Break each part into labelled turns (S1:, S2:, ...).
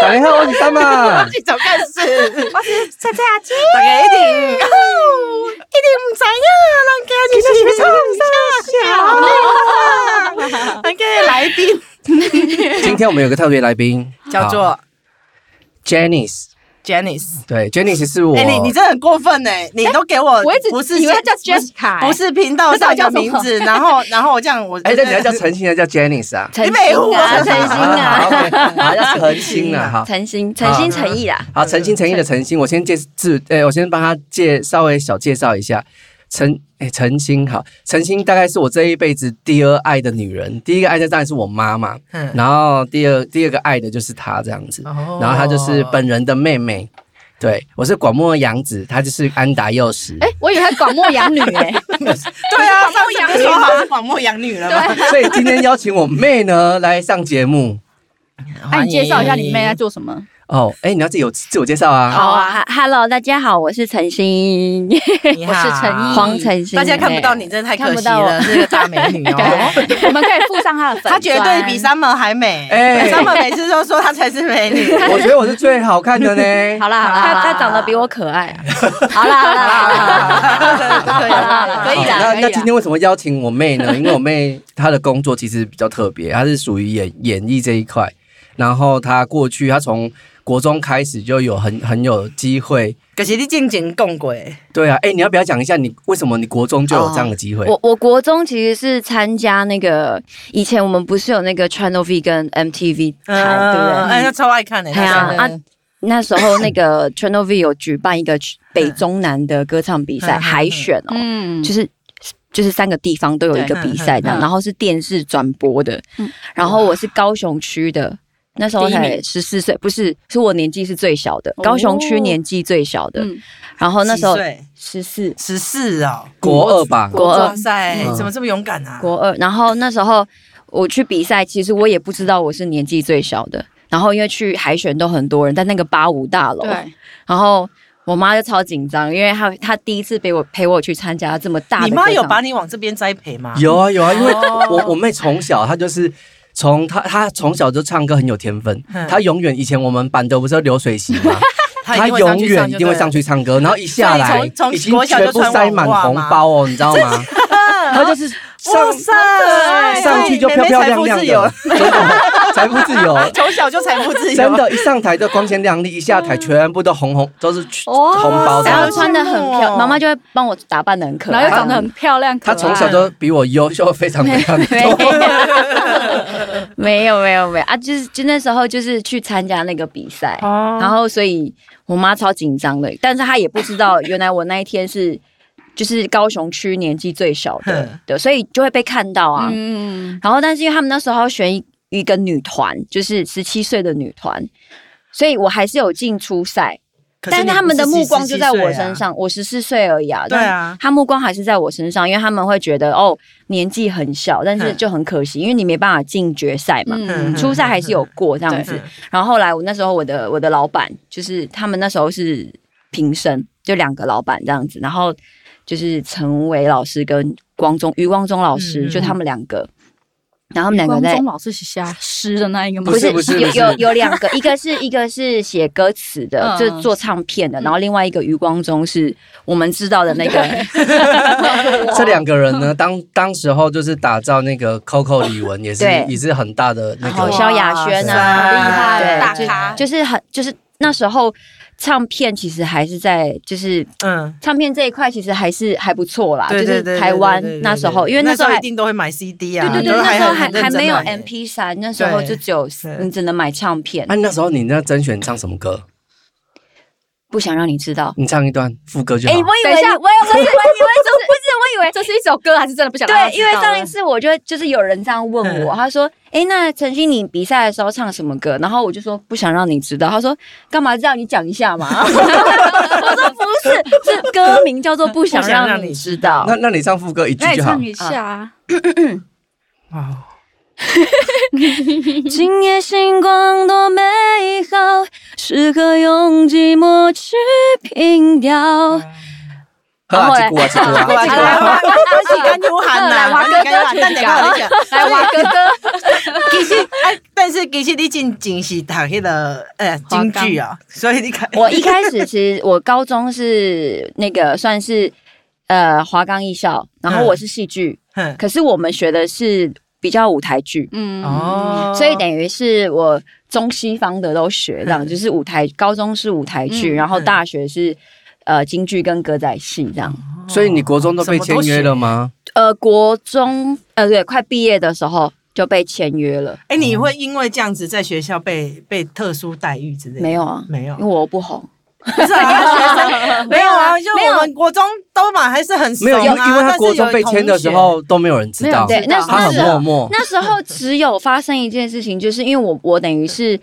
S1: 大家好，我是三嘛。
S2: 你做干事，
S3: 我是蔡蔡阿姐，
S2: 大家一定
S3: 哦一定唔知影，人家就是创啥小啦。
S2: 很给来 宾
S1: 今天我们有个特别来宾，
S2: 叫做
S1: Janice。
S2: Janice。
S1: 对，Janice 是我，
S2: 哎，你你真的很过分哎！你都给我
S3: 我一直
S2: 不是
S3: 以为她叫 Jessica，
S2: 不是频道上的名字，然后然后我这样我
S1: 哎，那你要叫陈星，还是叫 Janice 啊？
S4: 诚
S2: 你美
S4: 心
S2: 护
S4: 啊，
S2: 我
S4: 诚心
S1: 好
S4: 啊，，
S1: 好，要陈星 啊，好。
S4: 诚心，诚心诚意啦。
S1: 好，诚心诚意的诚心，我先介自，呃，我先帮他介稍微小介绍一下，陈，哎，陈星好，陈星大概是我这一辈子第二爱的女人，第一个爱的当然是我妈妈，
S2: 嗯
S1: 然后第二第二个爱的就是她这样子，
S2: 哦
S1: 然后她就是本人的妹妹，对我是广末洋子，她就是安达幼时，
S4: 哎，我以为她广末养女哎，
S2: 对啊，上次不是说好是广末养女了吗？
S1: 所以今天邀请我妹呢来上节目
S3: 那你介绍一下你妹在做什么？
S1: 哦，哎，你要自己有自我介绍啊，
S4: 好啊哈，Hello，大家好，我是诚心，
S2: 你好
S3: 我是陈怡
S4: 黄诚心，
S2: 大家看不到你，真的太可
S4: 看不
S2: 惜
S4: 到
S2: 了，
S4: 我
S2: 是个大美女哦。
S3: 我们可以附上她的粉砖，
S2: 她绝对比 Summer 还美。
S1: 哎
S2: Summer 每次都说她才是美女。
S1: 我觉得我是最好看的呢，
S4: 好啦好
S3: 好
S4: 啦，
S3: 啦
S4: 她她长得比我可爱啊。好啦好啦好啦好啦，
S2: 可以啦，可
S3: 可
S2: 以
S3: 以
S2: 啦
S3: 啦。可
S1: 那
S3: 以啦
S1: 那今天为什么邀请我妹呢？因为我妹她的工作其实比较特别，她是属于演演艺这一块。然后她过去，她从国中开始就有很很有机会。
S2: 可是你进前讲过，
S1: 对啊，哎、你要不要讲一下你为什么你国中就有这样的机会？
S4: 我我国中其实是参加那个以前我们不是有那个 Channel V 跟 MTV 台，对不对？
S2: 哎，他超爱看的，
S4: 嗯哎呀
S2: 他
S4: 啊
S2: 真的，
S4: 那时候那个 Channel V 有举办一个北中南的歌唱比赛
S2: 嗯
S4: 海选哦，
S3: 嗯，
S4: 就是就是三个地方都有一个比赛这
S3: 对嗯
S4: 样，
S3: 嗯
S4: 然后是电视转播的
S3: 嗯，
S4: 然后我是高雄区的。那时候
S3: 第一
S4: 才
S3: 名
S4: 十四岁，不是，是我年纪是最小的，
S3: 哦
S4: 高雄区年纪最小的。
S3: 嗯
S4: 然后那时候
S2: 几岁
S4: 十四
S2: 十四哦，
S1: 国二吧，
S4: 国二
S2: 哇塞，
S1: 嗯
S2: 怎么这么勇敢啊？
S4: 国二，然后那时候我去比赛，其实我也不知道我是年纪最小的。然后因为去海选都很多人，在那个八五大楼，
S3: 对，
S4: 然后我妈就超紧张，因为她她第一次陪我陪我去参加这么大的
S2: 你
S4: 歌唱，
S2: 妈有把你往这边栽培吗？
S1: 有啊有啊，因为
S2: 哦
S1: 我我妹从小她就是。从她她从小就唱歌很有天分，
S2: 嗯
S1: 她永远以前我们板德不是有流水席 吗？
S2: 她
S1: 她
S2: 一定会上
S1: 永
S2: 去
S1: 远一定会上
S2: 就对了。
S1: 去唱歌，然后一下来
S2: 所以从
S1: 已经
S2: 从国小
S1: 全
S2: 就
S1: 部
S2: 穿
S1: 塞满
S2: 网袜
S1: 红
S2: 吗
S1: 包哦，你知道吗？她就是
S2: 哇
S1: 上
S2: 塞，
S1: 上去就漂漂亮亮
S2: 妹妹财富自由
S1: 的，真的财富 自由，
S2: 从小就财富自由，
S1: 真的，一上台就光鲜亮丽，一下台全部都红红，都是
S2: 哦
S3: 哇
S1: 红包这
S4: 然
S1: 样
S4: 后
S1: 子。
S4: 穿的很漂
S2: 好羡慕哦
S4: 亮，妈妈就会帮我打扮的很可
S3: 然
S4: 爱，
S3: 后又长 得很漂亮，可
S1: 她
S3: 爱
S1: 从小就比我优秀非常非常多。
S4: 没有没有没有啊，就是就那时候就是去参加那个比赛，
S2: 哦
S4: 然后所以我妈超紧张的，但是她也不知道原来我那一天是就是高雄区年纪最小
S2: 哼
S4: 的，对，所以就会被看到啊。
S3: 嗯，
S4: 然后但是因为他们那时候要选一一个女团，就是十七岁的女团，所以我还是有进初赛，
S2: 可
S4: 但
S2: 你
S4: 他们的目光就在
S2: 不
S4: 我
S2: 是17岁啊
S4: 身。上，我十四岁而已啊。
S2: 对啊
S4: 但他目光还是在我身上，因为他们会觉得哦，年纪很小，但是
S2: 嗯
S4: 就很可惜，因为你没办法进决赛嘛。
S3: 嗯
S4: 初赛还是有过这样
S2: 对
S4: 子，然后后来我那时候我的我的老板就是他们那时候是评审，就两个老板这样子，然后就是陈伟老师跟光中余光中老师，
S2: 嗯嗯
S4: 就他们两个，然后他们两个
S3: 光
S4: 在
S3: 中老师是瞎诗的那一个吗？
S1: 不是不是
S4: 有
S1: 不是
S4: 有有两个，一 个是一个是写歌词的
S3: 嗯，
S4: 就是做唱片的，然后另外一个余光中是我们知道的那个，
S1: 这两个人呢，当当时候就是打造那个 Coco 李玟，也是
S4: 对哦
S1: 也是很大的那
S4: 然后
S1: 个
S4: 萧亚轩
S2: 哇
S4: 啊，
S2: 塞
S4: 对
S3: 大
S4: 就是
S3: 咖
S4: 就是很就是那时候唱片其实还是在就是。
S2: 嗯，
S4: 唱片这一块其实还是还不错啦，就
S2: 对对
S4: 是
S2: 对，
S4: 台湾
S2: 对对对
S4: 那时候，因为
S2: 那
S4: 那时候
S2: 一
S4: 还
S2: 定都会买 CD 啊，
S4: 对对对，
S2: 都
S4: 那时候还
S2: 很认
S4: 还
S2: 真
S4: 没有
S2: 买
S4: MP 三，那时候
S2: 对
S4: 就只有
S2: 是
S4: 你只能买唱片
S1: 哎、，那时候你那甄选唱什么歌？
S4: 不想让你知道。
S1: 你唱一段副歌就
S4: 哎，
S1: 好。
S4: 我以
S3: 等一
S4: 为
S3: 下
S4: 我我以为我以为就是不是
S5: 哎
S4: 我以为
S3: 这是一首歌还是真的不想让他
S4: 对，
S3: 知道嗯
S4: 因为上一次我就就是有人这样问我，他说：“哎，那陈曦你比赛的时候唱什么歌？”然后我就说不想让你知道。他说：“干嘛这样？你讲一下嘛。” 我说：“不是，是歌名叫做《不想让你知道
S1: 那》。那你唱副歌一句
S3: 那你
S1: 就
S5: 哎
S1: 好
S3: 唱。一下啊，
S2: 哇，
S4: 今夜星光多美好，适合用寂寞去平掉。
S1: 喝
S4: 然后
S1: 啊，
S4: 嘞
S1: 叽咕啊，叽 咕啊，叽咕
S2: 我
S1: 啊。
S2: 我是干忧寒
S4: 来
S2: 呐，
S4: 我
S2: 我
S4: 哥
S2: 是
S4: 哥
S2: 干忧寒，但等下我讲。
S4: 来哇哥哥，
S2: 其实，哎，但是其实你进进是读迄个呃京剧啊，所以你看，
S4: 我一开始其实我高中是那个算是呃华冈艺校，然
S3: 嗯
S4: 后我是戏剧，
S2: 哼
S4: 可是我们学的是比较舞台剧，
S5: 嗯，
S2: 哦，
S4: 所以等于是我中西方的都学，这样就是舞台，高中是舞台剧，
S5: 嗯
S4: 然后大学是呃京剧跟歌仔戏这样。
S1: 所以你国中都被签约了吗？
S4: 呃，国中呃对，快毕业的时候就被签约了，
S2: 哎，你会因为这样子在学校被被特殊待遇之类的？
S4: 没有啊，
S2: 没有
S4: 因为我不红，
S2: 不是啊，学生没有啊，就
S4: 没有
S2: 我们国中都嘛还是很
S1: 没有，因
S2: 怂
S1: 为
S2: 啊
S1: 因为他国中被签的时，候都没有人知道，
S4: 对，那
S5: 知道
S1: 他
S4: 那
S1: 很
S4: 时候
S1: 默默。
S4: 那时候只有发生一件事情，就是因为我我等于是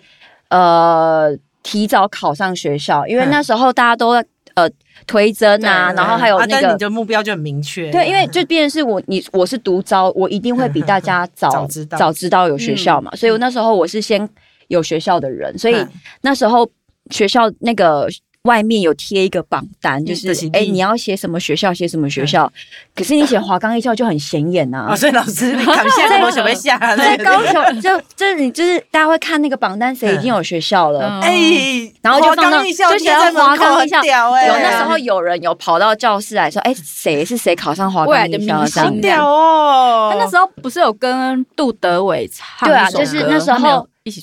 S4: 呃提早考上学校，因为
S2: 嗯
S4: 那时候大家都呃推甄啊，
S5: 对
S4: 然后还有
S2: 啊
S4: 那
S2: 但
S4: 个
S2: 你的目标就很明确，
S4: 对，因为就变成是我你我是独招，我一定会比大家早
S2: 早知道
S4: 早知道有学校嘛，所以我那时候我是先有学校的人，所以
S2: 嗯
S4: 那时候学校那个。外面有贴一个榜单，就是
S2: 就是
S4: 哎、
S2: 你
S4: 你要写什么学校，写什么学校。可是你写华冈艺校就很显眼呐、
S2: 啊，所以老师你感谢我准备下
S4: 在
S2: 来
S4: 高雄，就这你就是大家会看那个榜单，谁已经有学校了。
S5: 嗯
S2: 哎，
S4: 哦然后就
S2: 华
S4: 放到
S2: 冈艺校
S4: 就
S2: 贴
S4: 写
S2: 在
S4: 到
S2: 门
S4: 华
S2: 口
S4: 冈
S2: 很
S4: 艺校，
S2: 屌哎，
S4: 有那时候有人有跑到教室来说，哎、谁是谁考上华
S5: 未来
S4: 冈
S5: 的
S4: 艺校
S5: 明
S4: 这样
S5: 星
S4: 子
S2: 屌哦
S5: 他，哎那时候不是有跟杜德伟唱
S4: 对啊
S5: 一首歌
S4: 就是那时候
S5: 他们有一起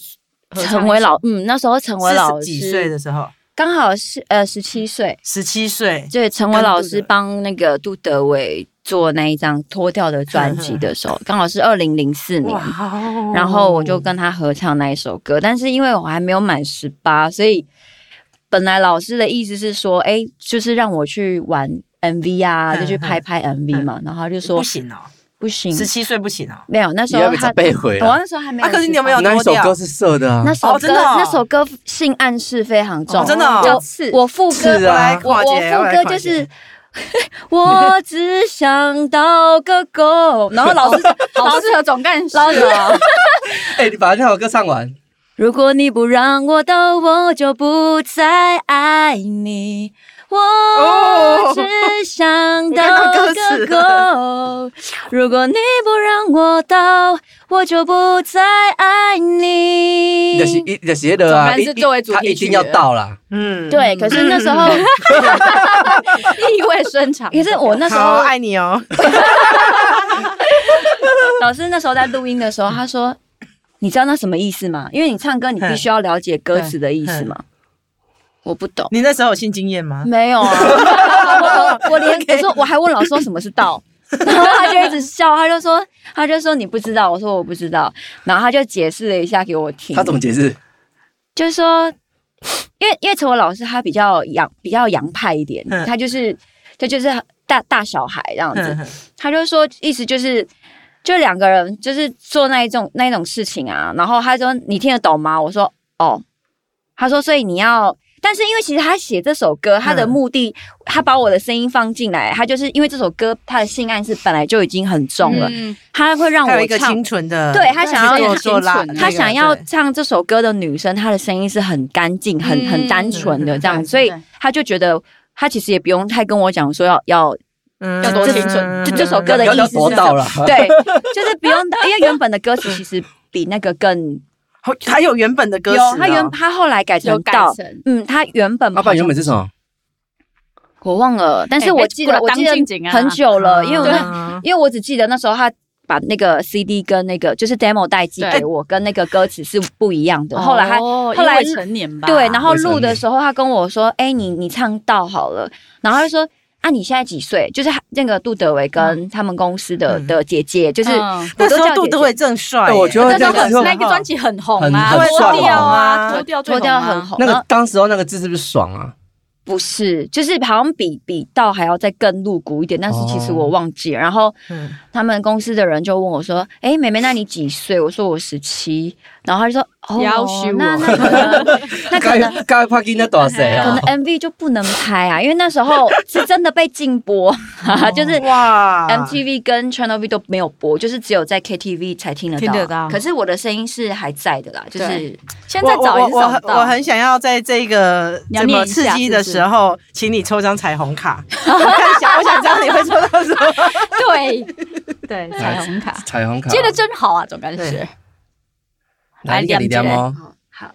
S5: 合唱
S4: 成为老，嗯，那时候成为老
S2: 是
S4: 师
S2: 几岁的时候，
S4: 刚好是呃十七岁，
S2: 十七岁，
S4: 对，成为老师
S2: 嗯跟杜德
S4: 帮那个杜德伟做那一张脱掉的专辑的 时候，刚好是二零零四年
S2: 哇，哦，
S4: 然后我就跟他合唱那一首歌，但是因为我还没有满十八，所以本来老师的意思是说，哎，就是让我去玩 MV 啊，
S2: 嗯
S4: 就去拍拍 MV 嘛，然后他就说嗯
S2: 不行哦，
S4: 不行，
S2: 十七岁不行哦，
S4: 没有，那时
S1: 你要
S4: 候
S1: 被
S4: 他
S1: 背回来
S4: 我那时候还没有
S2: 啊
S4: 18，
S2: 可是你有没有
S1: 那一首歌是色的啊
S4: 那，首歌、
S2: 哦真的哦
S4: 那首歌性暗示非常重，
S2: 哦真的哦
S4: 我
S5: 叫刺
S4: 我副歌
S1: 是啊
S4: 我我
S2: 跨界
S4: 副歌就
S2: 我来跨
S4: 是。 我只想到个够，然后老 师
S5: 好
S4: 老师
S5: 适合总干事
S4: 老师
S5: 哦，，
S1: 哎，你把那首歌唱完，
S4: 如果你不让我到，我就不再爱你。我
S2: 哦
S4: 只 想
S2: 我看
S4: 到
S2: 到歌
S4: 个
S2: 词
S4: 够。如果你不让我到，我就不再爱你。
S1: 就是一就是那个啊，
S5: 总
S1: 一
S5: 之作为主题
S1: 他一
S5: 曲
S1: 定要到啦。
S2: 嗯，
S4: 对，可是那时 候，
S5: 意味深 长。
S4: 可是我那时候
S2: 好爱你 哦，
S4: 老师那时候在录音的
S1: 嗯
S4: 时候，他说：“你知道那什么意思吗？因为你唱歌，你必须要了解歌词的意思嘛。”我不懂，
S2: 你那时候有性经验
S1: 嗯
S2: 吗？
S4: 没 有啊，我我我连我说我还问老师说什么是道。 然后他就一直笑，他就说，他就说你不知道，我说我不知道，然后他就解释了一下给我听，
S1: 他怎么解释？
S4: 就是说，因为因为陈伟老师他比较洋比较洋派一点，
S2: 嗯
S4: 他就是他就是大大小孩这样子，
S2: 嗯
S4: 他就说意思就是。就两个人就是做那一种那一种事情啊，然后他说你听得懂吗？我说哦，他说所以你要，但是因为其实他写这首歌，他的
S2: 嗯
S4: 目的，他把我的声音放进来，他就是因为这首歌他的性暗示本来就已经很重了，
S5: 嗯
S4: 他会让
S2: 还有一
S4: 我
S2: 个
S4: 唱
S2: 清纯的，
S4: 对他想要
S2: 做做拉，
S5: 那个
S4: 她想要
S2: 对
S4: 唱这首歌的女生，她的声音是很干净、很
S5: 嗯
S4: 很单纯的这样，
S5: 对
S4: 所以
S5: 对
S4: 她就觉得她其实也不用太跟我讲说要要
S2: 嗯
S5: 要多清嗯纯
S4: 就这首歌的
S1: 要
S4: 意
S1: 要
S4: 思
S1: 多
S4: 是
S1: 到
S4: 什么？
S1: 啦。
S4: 对，就是不用，因为原本的歌词其实比那个更
S2: 好嗯还有原本的歌词哦，
S4: 有，她原她后来改成
S5: 啊有改
S4: 到，
S5: 成，
S4: 嗯，她原本
S1: 阿爸原本是什么？
S4: 我忘了，但是
S5: 哎
S4: 我
S5: 被
S4: 记
S5: 过
S4: 得
S5: 了
S4: 我记
S5: 当静静
S4: 得
S5: 啊
S4: 很久了，因为我
S2: 嗯对
S4: 那
S2: 啊
S4: 因为我只记得那时候她把那个 CD 跟那个就是 demo 带寄
S5: 对
S4: 给我，跟那个歌词是不一样的。后来她
S5: 哦
S4: 后来
S5: 因为成年吧，
S4: 对，然后
S1: 卫生
S4: 录的
S1: 棉
S4: 时候，他跟我说：“哎、你你唱到好了。”然后他就说：“啊，你现在几岁？”就是他那个杜德伟跟他们公司的、
S2: 嗯
S4: 的姐姐，就是、
S5: 嗯
S4: 我
S2: 那
S4: 都
S2: 时
S4: 叫
S2: 候
S4: 姐
S2: 杜德
S4: 姐
S2: 伟正帅
S1: 哎
S2: 耶，
S1: 我觉得
S5: 那时
S1: 那
S5: 候
S1: 个
S5: 很
S1: 时候
S5: 那个专辑很红啊，
S1: 很很
S5: 脱
S2: 很
S5: 掉
S2: 红
S5: 啊，
S2: 啊
S5: 脱掉最
S4: 脱
S5: 红啊
S4: 掉很红。
S1: 那
S4: 然
S1: 个
S4: 后
S1: 当时候那个字是不是爽啊？
S4: 不是，就是好像比比到还要再更露骨一点，但是其实
S1: 哦
S4: 我忘记了。然后
S2: 嗯
S4: 他们公司的人就问我说：“哎、妹妹，那你几岁？”我说我十七。然后他就说：“
S5: 要
S4: 哦
S5: 求，
S4: 那
S5: 我
S4: 那可能那可能
S1: 该该怕给那多谁
S4: 可 能
S1: 啊？
S4: MV 就不能拍啊，因为那时候是真的被禁播， 就是
S2: 哇
S4: MTV 跟 Channel V 都没有播，就是只有在 KTV 才听得到。
S5: 听得到
S4: 可是我的声音是还在的啦，就是
S5: 现在
S2: 我
S5: 找也是
S2: 我我
S5: 找
S2: 很
S5: 不到，
S2: 我很想要在这个
S5: 你要
S2: 这么
S5: 念一下
S2: 刺激的
S5: 是不是
S2: 时时候，请你抽张彩虹 卡。我看想，我想知道你会抽到什么。
S5: 对对，彩虹卡，
S1: 彩虹卡，
S5: 接的真好啊，总感觉
S2: 对。
S1: 来一个你
S5: 念
S1: 点哦。
S4: 好，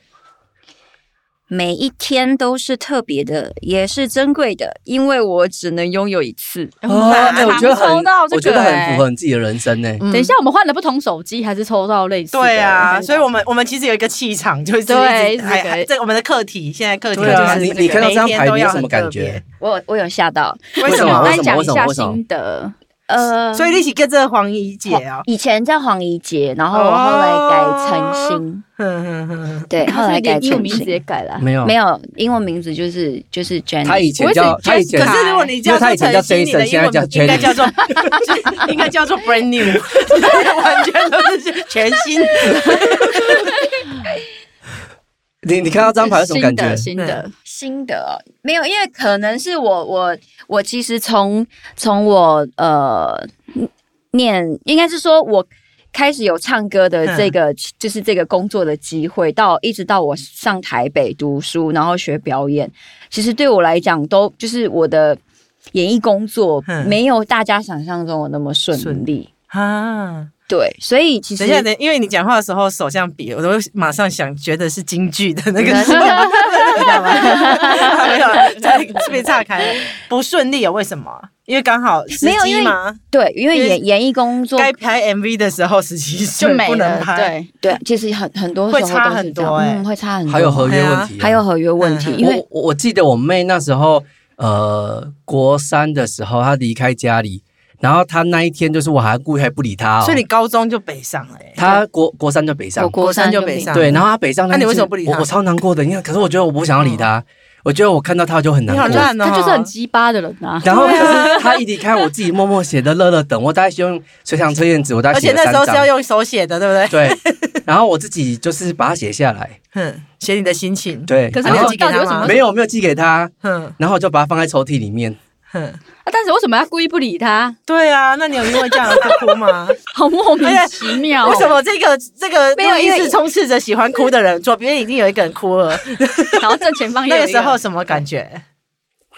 S4: 每一天都是特别的，也是珍贵的，因为我只能拥有一次。
S1: 哦，哎我觉得很
S5: 抽到，这
S1: 我觉得
S5: 个嗯欸
S1: 很符合你自己的人生呢。
S5: 等一下，我们换了不同手机，还是抽到类似的？
S2: 对啊，
S5: 还是
S2: 所以我们我们其实有一个气场，就是
S5: 对
S2: 一直还
S5: 这个
S2: 还这我们的课题，现在课题
S1: 对啊，
S2: 就是
S1: 你
S2: 这个
S1: 你看到这张牌，
S2: 每一天都
S1: 你有
S2: 要
S1: 什么
S2: 很
S1: 感
S2: 特别
S1: 觉？？
S4: 我有我有吓到，
S2: 为什嗯
S1: 么
S5: 来
S1: 为什么
S5: 讲一下
S1: 为什么
S5: 心得。
S4: 呃，
S2: 所以你是跟这个黄怡姐啊，
S4: 以前叫黄怡杰，然后
S1: 哦
S4: 我后来改成新，
S2: 哼哼哼
S4: 对，后来改
S5: 英文
S4: 成
S5: 名字也
S4: 新。
S5: 改了，
S1: 没有
S4: 没有英文名字就是就是 Jenny，
S1: 他以前
S5: 我
S1: 叫
S5: 只
S1: 他以
S5: 觉
S1: 前
S5: 得
S2: 可是如果你
S1: 因
S2: 叫
S1: 为他
S2: 做
S1: 以前叫
S2: 陈曦，你的
S1: Jason，
S2: 英文
S1: 现在叫
S2: 应该叫做应该叫做 brand new，完 全都是全新。
S1: 你你看到这张牌有什么感觉？
S5: 新的，新的
S4: 心得哦没有，因为可能是我我我其实从从我呃念，应该是说我开始有唱歌的这
S2: 嗯
S4: 个、就是这个工作的机会，到一直到我上台北读书，然后学表演，其实对我来讲都就是我的演艺工作
S2: 嗯
S4: 没有大家想象中的那么顺利。
S2: 啊！
S4: 对，所以其实
S2: 等一下，等，因为你讲话的时候手像比，我都马上想觉得是京剧的那个
S5: 啊
S4: 真 的
S2: 知道吗？没有，在被岔开了，不顺利有为什么啊？因为刚好时
S4: 没有因
S2: 机
S4: 为
S2: 嘛，
S4: 对，因为
S2: 因为
S4: 演演艺工作
S2: 该拍 MV 的时候时机
S5: 就没
S2: 不能
S5: 了，
S2: 拍，
S5: 对，
S4: 对，其实很很多时候
S2: 会
S4: 都
S2: 差
S4: 是
S2: 很
S4: 这样
S2: 多欸
S4: 嗯，会差很多，
S1: 还有合约
S2: 对啊
S1: 问题，
S4: 还有合约问题，
S2: 嗯
S4: 因为
S1: 我我我记得我妹那时候，呃，国三的时候，她离开家里，然后她那一天就是我还故意还不理她、哦，
S2: 所以你高中就北上了欸。
S1: 她国国三就北上
S4: 我，国三
S2: 三就
S4: 没
S2: 北上
S1: 对，然后她北上
S2: 那
S1: 一次，
S2: 你为什么不理她哦
S1: 我我超难过的，因为可是我觉得我不想要理她，我觉得我看到她就很难
S2: 你好
S1: 过。
S2: 烂哦！
S5: 他就是很鸡巴的人啊。
S1: 然后可是她一离开，我自己默默写的乐乐等，我大概是用水想测验纸，我大概
S2: 而
S1: 写
S2: 且
S1: 了
S2: 那
S1: 三张。
S2: 时候是要用手写的，对不对？
S1: 对，然后我自己就是把它写下来，
S2: 哼，写你的心情。
S1: 对，啊
S5: 可是
S1: 然
S5: 你
S1: 后
S5: 到底为什么？
S1: 没有没有寄给她，
S2: 哼
S1: 然后我就把它放在抽屉里面。
S2: 哼，
S5: 啊但是为什么要故意不理他？
S2: 对啊，那你有因为这样而哭吗？
S5: 好莫名其妙。
S2: 哎为什么这个这个
S4: 没有
S2: 录音
S4: 因为
S2: 室充斥着喜欢哭的人，左边已经有一个人哭了，
S5: 然后正前方也
S2: 那
S5: 有
S2: 个
S5: 一
S2: 时候什么感觉？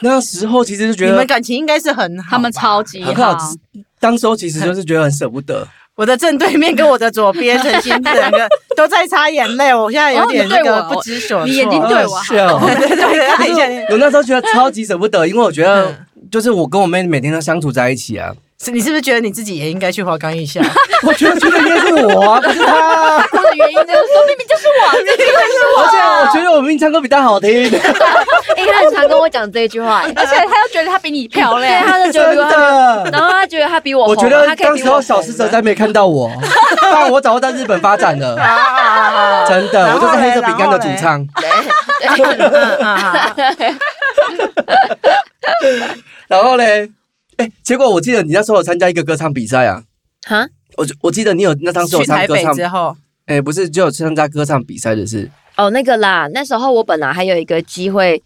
S1: 那时候其实就觉
S2: 你
S1: 得
S2: 们感情应该是很好吧，
S5: 他们超级
S1: 很
S5: 好
S1: 好，吃。当时候其实就是觉得很舍不得，
S2: 我的正对面跟我的左边，陈星整个 都在擦眼泪，我现在有点那个
S5: 哦你对我
S2: 不知所措。
S5: 你眼睛对我好
S1: 笑。
S2: 对对对，他以前
S1: 我那时候觉得超级舍不得，因为我觉
S2: 嗯
S1: 得就是我跟我妹每天都相处在一起啊，
S2: 是你是不是觉得你自己也应该去华冈艺校？
S1: 我觉得觉得应该是我啊，不是她啊。
S5: 哭的原因就是说明明就是 我，明明就是我，
S1: 而且我觉得我明明唱歌比她好听，
S4: 哎，他很常跟我讲这一句话，哎
S5: 而且他又觉得他比你漂
S4: 对，
S5: 亮，
S4: 他就觉
S1: 真
S4: 得我，
S1: 的。
S4: 然后他觉得他比我
S1: 我
S4: 红，
S1: 觉得
S4: 他可以
S1: 当
S4: 比
S1: 时候
S4: 我
S1: 小
S4: 红
S1: 狮子在没看到我， 不然我早就在日本发展 了。真的，
S2: 然
S1: 我
S2: 后
S1: 就是黑色
S2: 嘞
S1: 饼干的主
S2: 然后
S1: 唱。嗯
S2: 嗯
S1: 然后嘞，哎，结果我记得你那时候有参加一个歌唱比赛啊。
S4: 哈，
S1: 我就我记得你有那当时有
S2: 嗯去
S1: 唱
S2: 台
S1: 歌
S2: 北
S1: 唱，
S2: 之后，
S1: 哎、不是就有参加歌唱比赛的是，
S4: 哦那个啦，那时候我本来还有一个机会，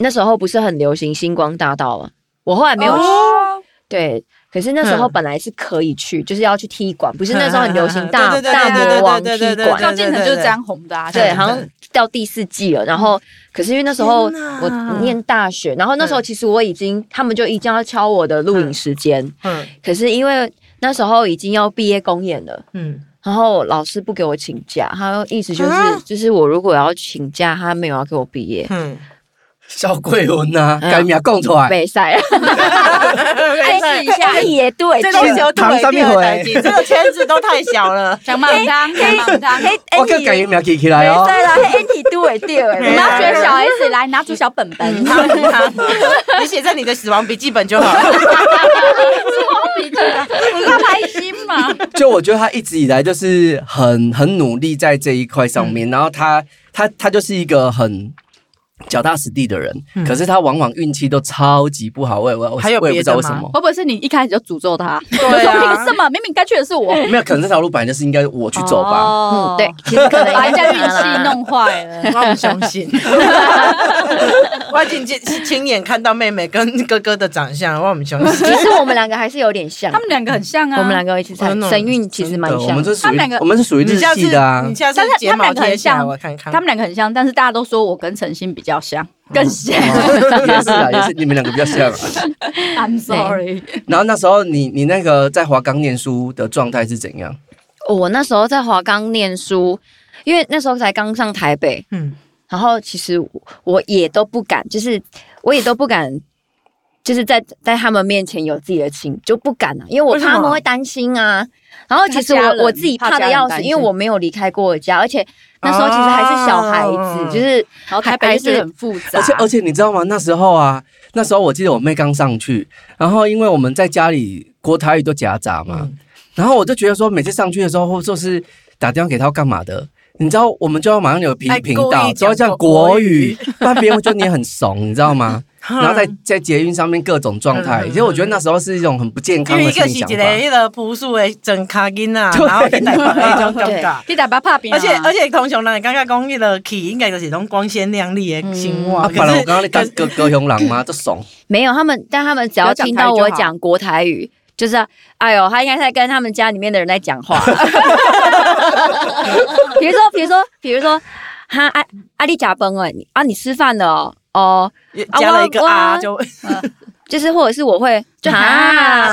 S4: 那时候不是很流行星光大道吗？我后来没有去，
S5: 哦
S4: 对。可是那时候
S2: 嗯
S4: 本来是可以去，就是要去踢馆，不是那时候很流行大
S2: 对对对
S4: 大
S2: 对对
S4: 魔王
S2: 对
S4: 踢
S2: 对对
S4: 馆
S5: 萧，敬腾就是这样红的啊。
S4: 对，
S2: 对
S4: 好像到第四季了。然后，可是因为那时候
S2: 天哪
S4: 我念大学，然后那时候
S2: 嗯
S4: 其实我已经，他们就已经要敲我的录影时间，
S2: 嗯
S4: 可是因为那时候已经要毕业公演了。
S2: 嗯，
S4: 然后老师不给我请假，他意思就是、
S2: 啊
S4: 就是我如果要请假，他没有要给我毕业，
S2: 嗯，
S1: 小桂文呐、
S4: 哎
S1: 啊，
S4: 呀
S1: 改名供出来，
S4: 被晒，暗示一下，哎也对，就
S2: 这东
S4: 是
S2: 西有
S1: 唐三
S2: 腿
S1: 面
S2: 变
S1: 回
S2: 来这个圈子都太小了。
S5: 想骂他，
S4: 哎
S5: 想骂他。
S4: 嘿，
S1: 我跟改
S4: Andy，
S1: 名记起
S4: 没
S1: 来哦。
S4: 晒啦，Andy 对哎对哎，
S5: 你
S4: 然后
S5: 拿
S4: 觉
S5: 出
S4: 得
S5: 小
S4: 小
S5: S 来，拿出小本本，拿出
S2: 啊你写在你的死亡笔记本就好了。
S5: 笔记本，你要开心嘛？
S1: 就我觉得他一直以来就是很很努力在这一块上面，然后他他他就是一个很脚踏实地的人，
S2: 嗯
S1: 可是他往往运气都超级不好，我也我我
S2: 还有
S1: 我也不
S2: 别
S1: 知道
S2: 的
S1: 为什
S2: 吗
S1: 么。
S5: 会不会是你一开始就诅咒他？
S2: 对
S5: 我说凭什么？明明该去的是我，
S1: 没有，可能这条路本来就是应该我去走吧。
S4: 嗯，
S5: 哦
S4: 对，，其实可能
S5: 把人家
S4: 也
S5: 运
S4: 是他啦
S5: 气弄坏了。
S2: 我不相信，我已经亲亲眼看到妹妹跟哥哥的长相，我不相信。
S4: 其实我们两个还是有点像
S5: 他，们两个很像啊，
S4: 我们两个一起
S2: 真
S4: 参
S2: 的
S4: 神韵，其实蛮
S1: 真的我
S4: 像
S1: 们
S4: 的。
S1: 是属
S5: 他们
S1: 于
S5: 两个
S1: 我们是属于
S2: 你
S1: 日
S2: 下次
S1: 系的啊
S2: 你。下次睫毛贴起来我看看。
S5: 他们两个很像，但是大家都说我跟陈星比较像，更像。
S1: 嗯 也是啊，也是你们两个比较像、啊。
S5: I'm sorry，
S1: 然后那时候你你那个在华冈念书的状态是怎样？
S4: 哦我那时候在华冈念书，因为那时候才刚上台北，
S2: 嗯，
S4: 然后其实我我也都不敢，就是我也都不敢，就是在在他们面前有自己的情，就不敢啊，因为我
S2: 为什
S4: 怕
S2: 么
S4: 他们会担心啊。然后其实
S5: 怕家
S4: 我
S5: 人
S4: 我自己怕
S5: 怕家
S4: 的
S5: 人
S4: 要
S5: 担
S4: 死，
S5: 心
S4: 因为我没有离开过家，而且那时候其实还是小孩子，
S2: 啊
S4: 就是
S5: 然后台北就觉得
S4: 还
S5: 很复杂，
S1: 而且而且你知道吗？那时候啊，那时候我记得我妹刚上去，然后因为我们在家里国台语都夹杂嘛，
S2: 嗯
S1: 然后我就觉得说每次上去的时候，或就是打电话给她干嘛的。你知道，我们就要马上有频
S2: 哎
S1: 频
S2: 故
S1: 道
S2: 意，
S1: 就要
S2: 讲
S1: 讲
S2: 国
S1: 国语， 不然别人会觉得你很怂，你知道 吗？然后在在捷运上面各种状态，
S2: 嗯嗯
S1: 其实我觉得那时候是一种很不健康
S2: 因为
S1: 的
S2: 一
S1: 心
S2: 个
S1: 理
S2: 是
S1: 想
S2: 一个
S1: 法。
S2: 迄个朴素的真卡囡啊，
S1: 对
S2: 然后一代把那种尴尬。
S5: 你打把怕别人
S2: 而
S5: 啊，
S2: 且而且，通常人会感觉讲迄个去应该就是那种光鲜亮丽的生活，
S1: 啊，
S2: 可
S1: 本来我
S2: 是
S1: 刚刚在当哥哥雄狼吗？这 怂，
S4: 没有他们，但他们只
S5: 只
S4: 要
S5: 要讲
S4: 听
S5: 台语
S4: 到
S5: 就
S4: 我
S5: 好
S4: 讲国台语，就是啊哎呦，他应该在跟他们家里面的人在讲话。 比如说，比如说，比如说，哈阿阿丽假崩哎，你啊你吃饭了哦哦，
S2: 加了一个
S4: 啊
S2: 啊，
S4: 我
S2: 就
S4: 就是或者是我会
S5: 就
S4: 哈
S5: 哈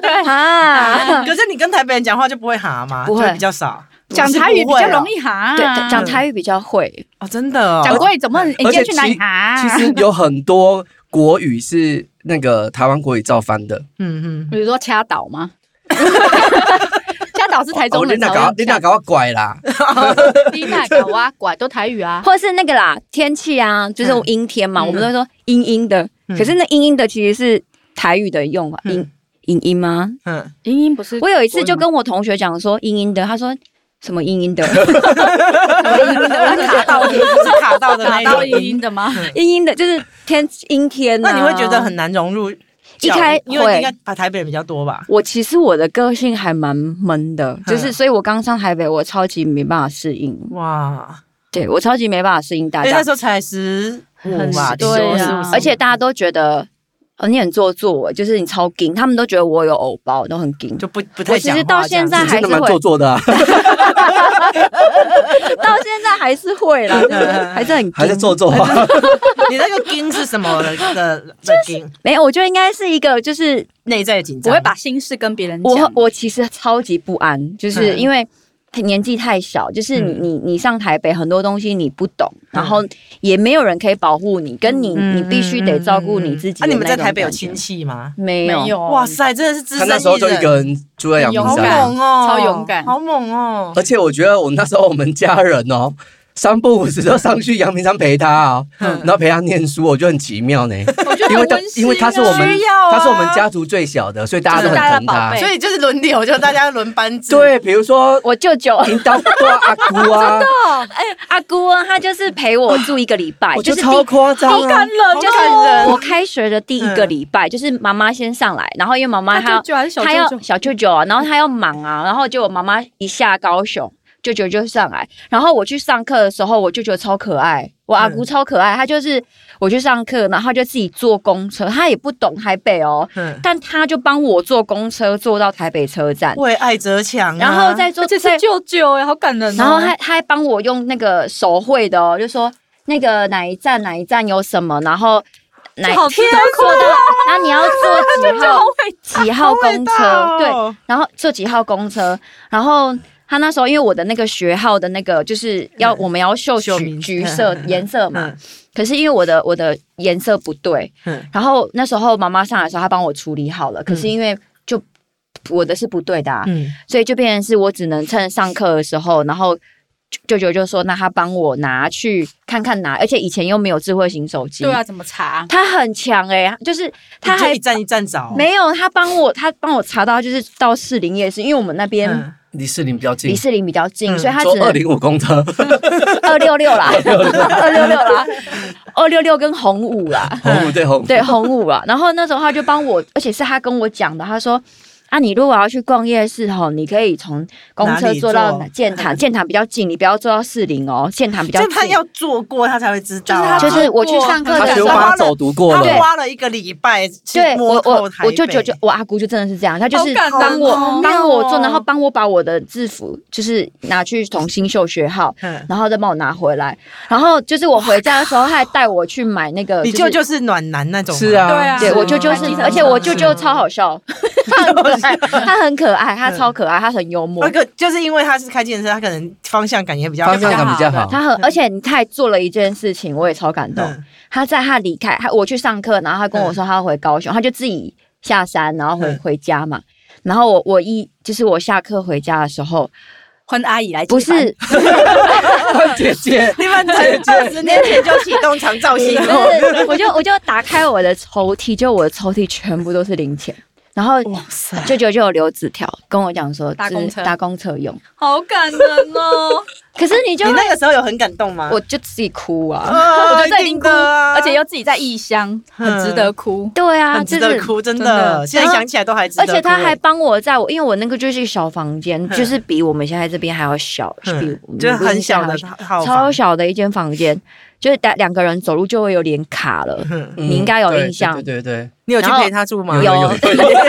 S4: 对哈，
S2: 可是你跟台北人讲话就不会哈嘛，
S4: 不会
S2: 就比较少，
S5: 讲台语比较容易哈，
S4: 对讲台语比较会，
S2: 哦，真的哦，
S5: 讲国语怎么？你今天去哪里
S1: 啊
S5: 啊
S1: 其
S2: 啊
S5: 哈？
S1: 实有很多国语是那个台湾国语照翻的。
S2: 嗯嗯，
S5: 比如说掐 岛吗？掐岛是台中
S1: 哦，你
S5: 人
S1: 那
S5: 常
S1: 搞
S5: 用，
S1: 你那搞拐啦，
S5: 低奶搞啊拐都台语啊，
S4: 或是那个啦天气啊，就是
S2: 嗯
S4: 阴天嘛，
S2: 嗯
S4: 我们都会说阴阴的，
S2: 嗯
S4: 可是那阴阴的其实是台语的用法，
S2: 嗯
S4: 阴阴阴吗？
S2: 嗯，
S5: 英英不是
S4: 我有一次就跟我同学讲说阴阴的，他说什么阴阴 的，阴阴的，我就
S2: 卡
S4: 说
S2: 到音是卡到的
S5: 打
S2: 那
S5: 到
S2: 种
S5: 英
S2: 音
S5: 英。的吗？
S4: 阴阴的，就是天阴天、啊。
S2: 那你会觉得很难融入教，
S4: 开
S2: 因为
S4: 会
S2: 应该把台北人比较多吧？
S4: 我其实我的个性还蛮闷
S2: 嗯
S4: 的，就是所以，我刚上台北，我超级没办法适应，
S2: 哇，
S4: 对我超级没办法适应大
S2: 因为哎那
S4: 家
S2: 时，候才十五
S4: 很
S2: 吧，
S4: 对
S5: 啊
S2: 十五，
S4: 而且大家都觉得。哦，你很做作，就是你超硬，他们都觉得我有偶包，我都很硬。
S2: 就不不太
S4: 我其
S2: 讲
S4: 实
S2: 话
S4: 到
S2: 这
S4: 现
S2: 样
S4: 在
S1: 你
S2: 子
S1: 真的蛮做作的啊，
S4: 到现在还是会 啦，就是还是很硬
S1: 还在做作啊。
S2: 你那个音是什 么的的的音？
S4: 没有，我觉得应该是一个就是
S2: 内在的紧
S5: 我
S2: 张，
S5: 会把心事跟别人讲。
S4: 我我其实超级不安，就是
S2: 嗯
S4: 因为年纪太小，就是你、
S2: 嗯
S4: 你你上台北很多东西你不懂，然后也没有人可以保护你，跟你、
S2: 嗯
S4: 你必须得照顾你自己。
S2: 啊那你们在台北有亲？戚吗？
S4: 没
S5: 没
S4: 有，
S5: 有
S2: 哇，塞，真的是资
S1: 他
S2: 深
S1: 那时候就一
S2: 艺人
S1: 个人住在阳明
S2: 好
S5: 勇
S1: 山
S5: 敢，
S2: 猛哦，
S5: 超勇敢
S2: 好猛哦！
S1: 而且我觉得我那时候我们家人哦，三不五时都上去阳明山陪他哦，然后陪他念书，我觉得很奇妙呢。
S5: 我觉得
S1: 因为
S5: 很
S1: 他
S5: 温馨啊
S1: 因为他是我们
S2: 需要啊
S1: 他是我们家族最小的，所以大家都很
S5: 就是大家
S1: 疼
S5: 的宝
S1: 他
S5: 贝。
S2: 所以就是轮流，就大家轮班制。，
S1: 对，比 如说
S4: 我舅舅
S1: 您当过阿姑啊，
S4: 阿姑啊，他就是陪我住一个礼拜，
S1: 我
S4: 就
S1: 觉
S4: 是
S1: 得
S4: 第
S1: 超夸张
S4: 好
S1: 啊。
S2: 了
S4: 就是
S5: 哦
S2: 感
S4: 我
S2: 人。
S4: 开学的第一个礼
S5: 嗯
S4: 拜，就是妈妈先上来，然后因为妈妈她
S5: 大舅舅还是小舅舅
S4: 她要小舅舅啊，然后她要忙啊，然后就我妈妈一下高雄，舅舅就上来，然后我去上课的时候，我舅舅超可爱，我阿
S5: 嗯
S4: 姑超可爱，她就是我去上课，然后她就自己坐公车，她也不懂台北哦，
S2: 嗯，
S4: 但她就帮我坐公车坐到台北车站，
S2: 为爱则强啊。
S4: 然后再坐
S5: 而且
S4: 再
S5: 是舅舅哎，好感人哦。
S4: 然后他他还帮我用那个手绘的哦，就说那个哪一站哪一站有什么，然后哪
S5: 好贴心
S4: 坐到，
S2: 啊
S4: 然后你要 坐几号几号公车，
S2: 好伟大
S4: 对，
S2: 哦
S4: 然后坐几号公车，然后。他那时候因为我的那个学号的那个就是要我们要秀
S2: 嗯秀
S4: 橘
S2: 名
S4: 橘色
S2: 嗯嗯嗯
S4: 颜色嘛
S2: 嗯，
S4: 可是因为我的我的颜色不对
S2: 嗯，
S4: 然后那时候妈妈上来的时候，她帮我处理好了，可是因为就我的是不对的啊，
S2: 嗯，
S4: 所以就变成是我只能趁上课的时候，然后舅舅就说，那他帮我拿去看看拿，而且以前又没有智慧型手机，
S5: 对啊，，怎么查？
S4: 他很强哎、就是他
S2: 他还
S4: 还
S2: 一站一站找，哦
S4: 没有他帮我，他帮我查到就是到士林夜市，因为我们那边
S2: 嗯
S1: 离士林比较近
S4: 离，士林比较近，
S2: 嗯
S4: 所以他
S1: 坐
S4: 只
S1: 二
S4: 能
S1: 零五公车。
S4: 二六六啦，二六六啦，二六六跟红五啦，
S1: 红五对红，
S4: 啊对红五啦，然后那时候他就帮我，而且是他跟我讲的，他说。啊，你如果要去逛夜市吼，你可以从公车坐到
S2: 哪里坐
S4: 建 堂，建堂比较近，你不要坐到士林哦，建堂比较
S2: 就
S4: 近。
S2: 他要做过，他才会知道啊。
S4: 就
S5: 他
S4: 是我去上课
S1: 他
S4: 的
S1: 全
S4: 时
S1: 部
S4: 候，
S1: 帮他走读过
S2: 他
S1: 了，
S2: 花了一个礼拜去
S4: 对我
S2: 摸透
S4: 我
S2: 台北，
S4: 我舅舅就我阿姑就真的是这样，她就
S5: 好
S4: 是
S5: 感人
S4: 帮我
S5: 哦
S4: 帮我做，
S5: 妙哦
S4: 然后帮我把我的制服就是拿去重新绣学号，
S2: 嗯
S4: 然后再帮我拿回来。然后就是我回家的时候，他还带我去买那个，
S2: 你舅舅是暖男那种吗，
S1: 是 啊，
S5: 对啊
S4: 对我舅
S5: 舅
S4: 舅是，而且我舅舅超好笑，他很可爱，他很可爱，他超可爱，他很 幽默
S2: 那，个就是因为他是开健身，他可能方向感也比较
S1: 方向感比较
S5: 好
S1: 好。
S4: 他很，而且你太做了一件事情，我也超感动。
S2: 嗯
S4: 他在他离开，他我去上课，然后他跟我说他要回高雄，他就自己下山，然后回、
S2: 嗯
S4: 回家嘛。然后我我一就是我下课回家的时候，
S5: 换阿姨来接
S4: 不
S5: 班
S4: 是
S1: 姐 姐，
S2: 你们二十年前就启动长照系
S4: 不
S2: 统，
S4: 是，我就我就打开我的抽屉，就我的抽屉全部都是零钱，然后
S2: 塞
S4: 舅舅就有留纸条跟我讲说，
S5: 搭
S4: 就是
S5: 公车
S4: 搭公车用。
S5: 好感人哦，
S4: 可是你就
S2: 你
S4: 会
S2: 那个时候有很感动吗？
S4: 我就自己哭啊，
S2: 啊，
S5: 我
S2: 我
S5: 觉得这已经哭，而且又自己在异乡，
S2: 嗯
S5: 很值得哭。
S4: 对啊，
S2: 很值
S4: 就
S2: 得
S4: 是
S2: 哭，真
S5: 真
S2: 的，
S5: 的
S2: 现在想起来都还值得
S4: 而
S2: 哭。
S4: 且他还帮我在我，因为我那个就是小房间，
S2: 嗯
S4: 就是比我们现在这边还要小，是比
S2: 嗯
S4: 我们
S2: 就是很小
S4: 录
S2: 的
S4: 音室还
S2: 好
S4: 要小
S2: 房
S4: 超小的一间房间，就是两两个人走路就会有点卡了。
S2: 嗯
S1: 嗯
S4: 你应该有
S1: 对
S4: 印象
S1: 对对对，
S2: 你有去
S4: 然后
S2: 陪他住吗？
S4: 有有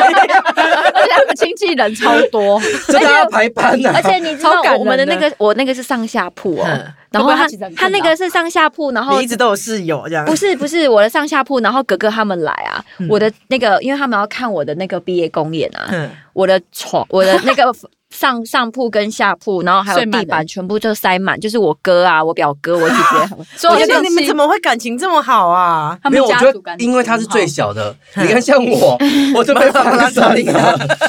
S5: 而且他们亲戚人超 多，
S1: 对这他要排班啊呢
S4: 而。且你知道
S5: 超感人
S4: 我们的那个，我那个是上下铺哦
S2: 嗯，
S4: 然后
S5: 会不会他
S4: 他
S5: 其实很
S4: 他那个是上下铺，然后
S2: 你一直都有室友这样
S4: 不。是不是我的上下铺，然后哥哥他们来啊，我的那个因为他们要看我的那个毕业公演啊，
S2: 嗯，
S4: 我的 床，我的那个上上铺跟下铺，然后还有
S5: 睡满
S4: 地板，
S5: 人
S4: 全部就塞满，就是我哥啊，我表哥，我姐 姐，
S5: 所
S2: 我
S5: 以
S2: 觉得你们怎么会感情这么好啊？
S5: 他
S1: 没有，
S5: 们
S1: 我
S5: 家
S1: 觉
S5: 族
S1: 得
S5: 感情
S1: 因为他是最
S5: 很好，嗯
S1: 小的，你看像我， 我就被放上 了，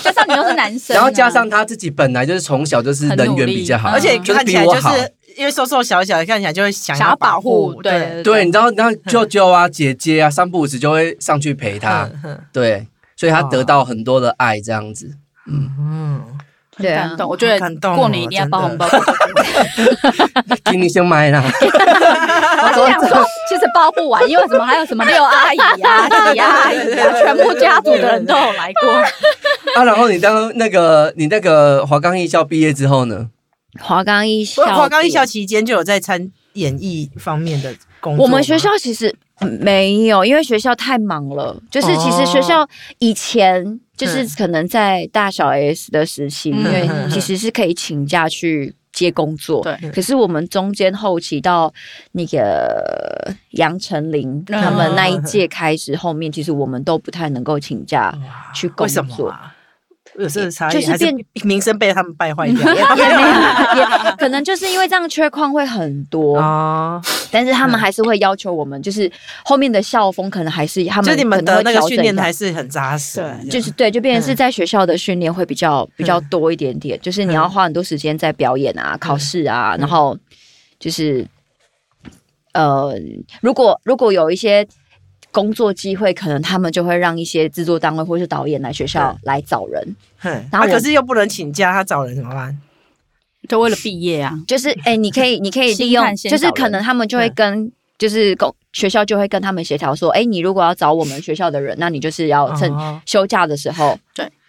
S5: 加上你又是男生啊，
S1: 然后加上他自己本来就是从小就是
S5: 很
S1: 人
S5: 努
S1: 缘
S5: 力
S1: 比较好，
S5: 嗯
S2: 而且
S1: 就是
S2: 看
S1: 比
S2: 起来
S1: 我
S2: 就
S1: 好。
S2: 是因为瘦瘦小小的，看起来就会想
S5: 想要保护
S2: 护，，
S5: 对
S1: 对，你知道，然后舅舅啊、姐姐啊，三不五时就会上去陪他，
S2: 嗯嗯
S1: 对，啊所以他
S2: 哇
S1: 得到很多的爱，这样子。
S2: 嗯，
S5: 很
S4: 啊
S5: 感动。我觉
S2: 好
S5: 得
S2: 感动哦
S5: 过年一定要包 红包。嗯
S1: 给你先买 啦，
S5: 我就想说，其实包不完，因为什么还有什么六 阿姨啊、几阿姨啊，全部家族的人都有来过。
S1: 啊，然后你当那个你那个华冈艺校毕业之后呢？
S4: 华冈艺校
S2: 不，过华冈艺校，期间就有在参演艺方面的工作吗。
S4: 我们学校其实没有，因为学校太忙了，就是其实学
S5: 哦
S4: 校以前。就是可能在大小 S 的时期，
S5: 嗯
S4: 因为其实是可以请假去接工作。
S5: 对
S4: 可是我们中间后期到那个杨丞琳
S5: 嗯
S4: 他们那一届开始，后面其实我们都不太能够请假
S2: 哇
S4: 去工
S2: 为什
S4: 作
S2: 么啊？有这个差异，
S4: 就是
S2: 还是
S4: 变
S2: 名声被他们 败坏掉
S4: 也啊没有， 也可能就是因为这样缺矿会很多，
S2: 啊哦，
S4: 但是他们还是会要求我们，就是后面的校风可能还是他们
S2: 就你们的那个训练还
S4: 还
S2: 是嗯很扎实，
S5: 对
S4: 就是对，就变成是在学校的训练会比较比较多一点
S2: 嗯
S4: 点，就是你要花很多时间在表演啊、考试啊，然后就是呃，如果如果有一些。工作机会可能他们就会让一些制作单位或是导演来学校来找人，
S2: 哼，
S4: 然
S2: 他
S4: 后我
S2: 可是又不能请假，他找人怎么办？
S5: 就为了毕业啊，
S4: 就是哎、你可以，你 可以利
S5: 星
S4: 用，
S5: 探先
S4: 就是
S5: 找人
S4: 可能他们就会跟，就是公学校就会跟他们协调说，哎、你如果要找我们学校的人，那你就是要趁
S2: 哦
S4: 休假的时候。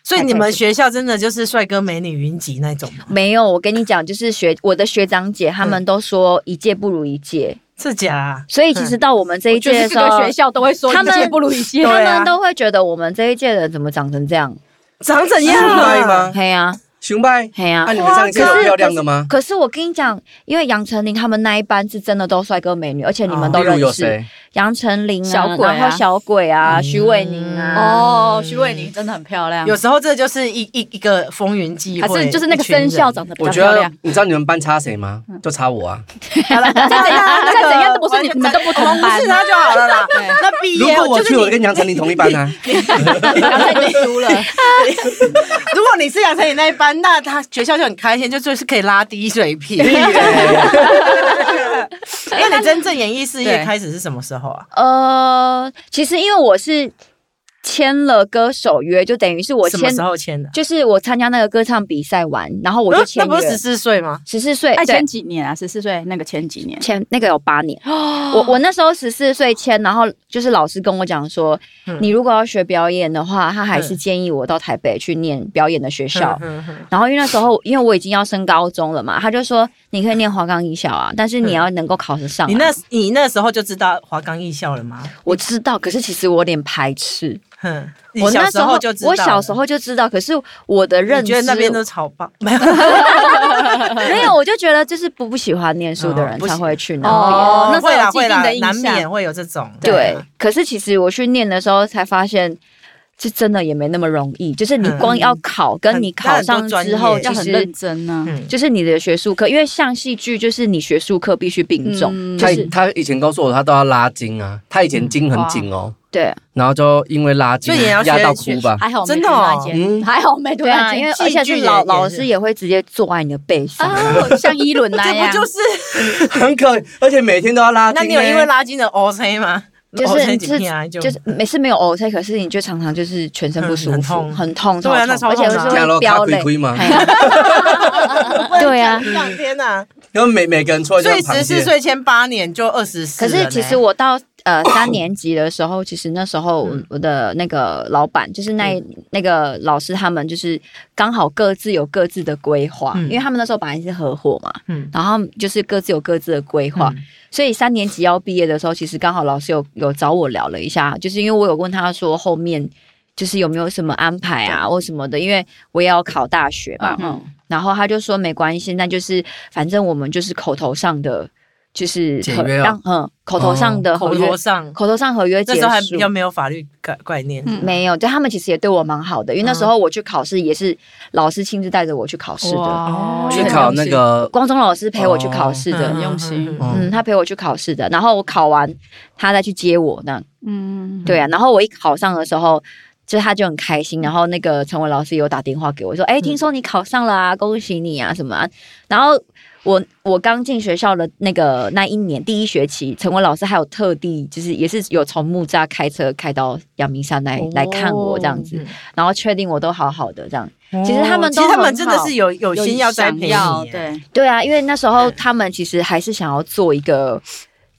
S2: 所以你们学校真的就是帅哥美女云集那种吗？
S4: 没有，我跟你讲，就是学我的学长姐他们都说一届不如一届，
S2: 是假啊？
S4: 所以其实到我们这一届
S5: 就
S4: 的
S5: 是
S4: 时
S5: 各
S4: 候
S5: 个，学校都会说
S4: 他们
S5: 一届不如一届。
S4: 他
S2: 对啊
S4: 们都会觉得我们这一届的人怎么长成这样？
S2: 长怎
S1: 熊
S2: 样
S1: 拜
S2: 啊？
S1: 吗？
S4: 嘿呀、
S1: 熊拜？
S4: 嘿呀、
S1: 啊，你们上一届有漂亮的
S5: 啊
S1: 吗？
S4: 可是我跟你讲，因为杨丞琳他们那一班是真的都帅哥美女，而且你们都
S1: 例如
S4: 认
S1: 有
S4: 识。
S1: 谁？
S4: 杨丞琳啊，
S5: 哦小鬼啊
S4: 然后小鬼啊，徐伟宁啊，
S5: 哦，徐慧宁真的很漂亮
S2: 有，时候这就是一一一个风云际
S5: 还
S2: 会，
S5: 是就是那个生肖 长得比
S1: 我
S5: 较
S1: 觉
S5: 漂
S1: 得
S5: 亮。
S1: 你知道你们班差谁吗？
S2: 嗯
S1: 就差我啊！
S5: 再怎样再怎样都不是你你们都不同班
S2: 哦是，他就好了啦。
S5: 对
S2: 那毕
S1: 如
S2: 业
S1: 果我
S2: 就是
S1: 去，
S2: 你
S1: 我，跟杨丞琳同一班 啊。
S5: 然后就输了。
S2: 如果你是杨丞琳那一班，那他学校就很开心，就就是可以拉低水平。那你真正演艺事业
S5: 对
S2: 开始是什么时候啊？
S4: 呃，其实因为我是签了歌手约，就等于是我
S2: 什么
S4: 签
S2: 时，候签的？
S4: 就是我参加那个歌唱比赛完，然后我就
S2: 呃
S4: 签
S2: 那不是
S4: 约
S2: 十，四岁吗？
S4: 十四岁
S5: 哎，
S4: 对
S5: 前几年啊，十四岁那个前几年，
S4: 签那个有八年。我哦我那时候十四岁签，然后就是老师跟我讲说，
S2: 嗯
S4: 你如果要学表演的话，他还是建议我到台北去念表演的学校。
S2: 嗯嗯
S4: 然后因为那时候因为我已经要升高中了嘛，他就说你可以念华冈艺校啊，但是你要能够考得上啊、
S2: 嗯你那你那时候就知道华冈艺校了吗？
S4: 我知道，可是其实我有点排斥。
S2: 哼，你
S4: 我
S2: 小
S4: 那
S2: 时候就知道了，
S4: 我小时候就知道，可是我的认
S2: 你
S4: 知
S2: 觉得那 边都草包，没有
S4: 没有，我就觉得就是不不喜欢念书的
S2: 哦
S4: 人
S2: 不
S4: 才
S2: 喜
S4: 会去那。
S5: 哦那时候
S2: 会啦
S5: 有既
S2: 会
S5: 定
S2: 啦
S5: 的，印
S2: 难
S5: 象
S2: 免会有这种啊
S4: 对，可是其实我去念的时候才发现，这真的也没那么容易。就是你光要考，跟你考上之后，
S2: 很
S5: 要
S4: 其
S5: 很
S4: 实
S5: 认真啊呢、
S2: 嗯
S4: 就是你的学术课，因为像戏剧就是你学术课必须并重，
S5: 嗯
S4: 就
S1: 他
S4: 是
S1: 他以前告诉我，他都要拉筋啊，他以前筋很紧哦，
S4: 对啊
S1: 然后就因为拉筋啊
S2: 所以也要学
S1: 压到哭吧。
S5: 还好没
S2: 真
S5: 突
S2: 的哦
S5: 然间，
S1: 嗯
S5: 还好没突
S4: 对啊，
S5: 然
S4: 因
S5: 间
S4: 为，
S2: 戏
S4: 而且
S2: 剧
S4: 是
S2: 也
S4: 老
S2: 也
S4: 老
S2: 是
S4: 师也会直接坐在你的背上。
S5: 哦，像伊伦那
S2: 这
S5: 样
S2: 不，就是？
S1: 很可，而且每天都要拉筋、
S2: 那
S1: 欸。
S2: 你有因为拉筋的 OK 吗？
S4: 就是
S2: OK 几
S4: 就是
S2: 片啊就
S4: 就是嗯每次没有 O K，可是你就常常就是全身不舒服，
S2: 嗯很痛
S4: 很痛，
S2: 对啊那
S4: 超
S2: 超
S4: 痛而
S2: 痛的
S4: 且
S2: 啊
S4: 有时
S1: 这样
S4: 候会
S1: 咯
S4: 飙
S1: 卡
S4: 泪
S1: 鬼。亏嘛
S4: 哎呀对啊
S2: 这样天哪！
S1: 然后每每个人出来就
S2: 所
S1: 像
S2: 以
S1: 螃蟹
S2: 十四岁签八年就二十四
S4: 可
S2: 了呢，
S4: 是其实我到 呃三年级的时候，其实那时候
S2: 嗯
S4: 我我的那个老板，就是那、那个老师他们，就是刚好各自有各自的规划，
S2: 嗯
S4: 因为他们那时候本来是合伙嘛，
S2: 嗯
S4: 然后他们就是各自有各自的规划，
S2: 嗯
S4: 所以三年级要毕业的时候，其实刚好老师有有找我聊了一下，就是因为我有问他说后面就是有没有什么安排啊或什么的，因为我也要考大学嘛，
S5: 嗯，
S4: 然后他就说没关系，那就是反正我们就是口头上的，就是
S1: 解
S4: 合
S1: 约啊
S4: 让嗯口头上的合
S2: 哦口
S4: 约，
S2: 头上，
S4: 口头上合约
S2: 那
S4: 结
S2: 时候还
S4: 束
S2: 比。较没有法律概概念，
S5: 嗯
S4: 没有，就他们其实也对我蛮好的，因为
S2: 嗯
S4: 那时候我去考试也是老师亲自带着我去考试的，
S5: 哇
S1: 哦
S5: 哦
S1: 去考那个
S4: 光中老师陪我去考试的，
S5: 很用心
S2: 哦嗯
S4: 嗯，他陪我去考试的，然后我考完他再去接我那样，
S5: 嗯，
S4: 对啊，然后我一考上的时候。就他就很开心，然后那个陈伟老师有打电话给我说：“哎、
S2: 嗯
S4: 听说你考上了啊，恭喜你啊，什么、啊？”然后我我刚进学校的那个那一年第一学期，陈伟老师还有特地就是也是有从木栅开车开到阳明山来、来看我这样子，
S2: 嗯
S4: 然后确定我都好好的这样。
S2: 哦
S4: 其实他们
S2: 其
S4: 都
S2: 实他
S4: 很
S2: 们真的
S4: 好
S2: 是有有心要栽培你
S5: 要
S2: 耶，
S5: 对，
S4: 对啊，因为那时
S2: 嗯
S4: 候他们其实还是想要做一个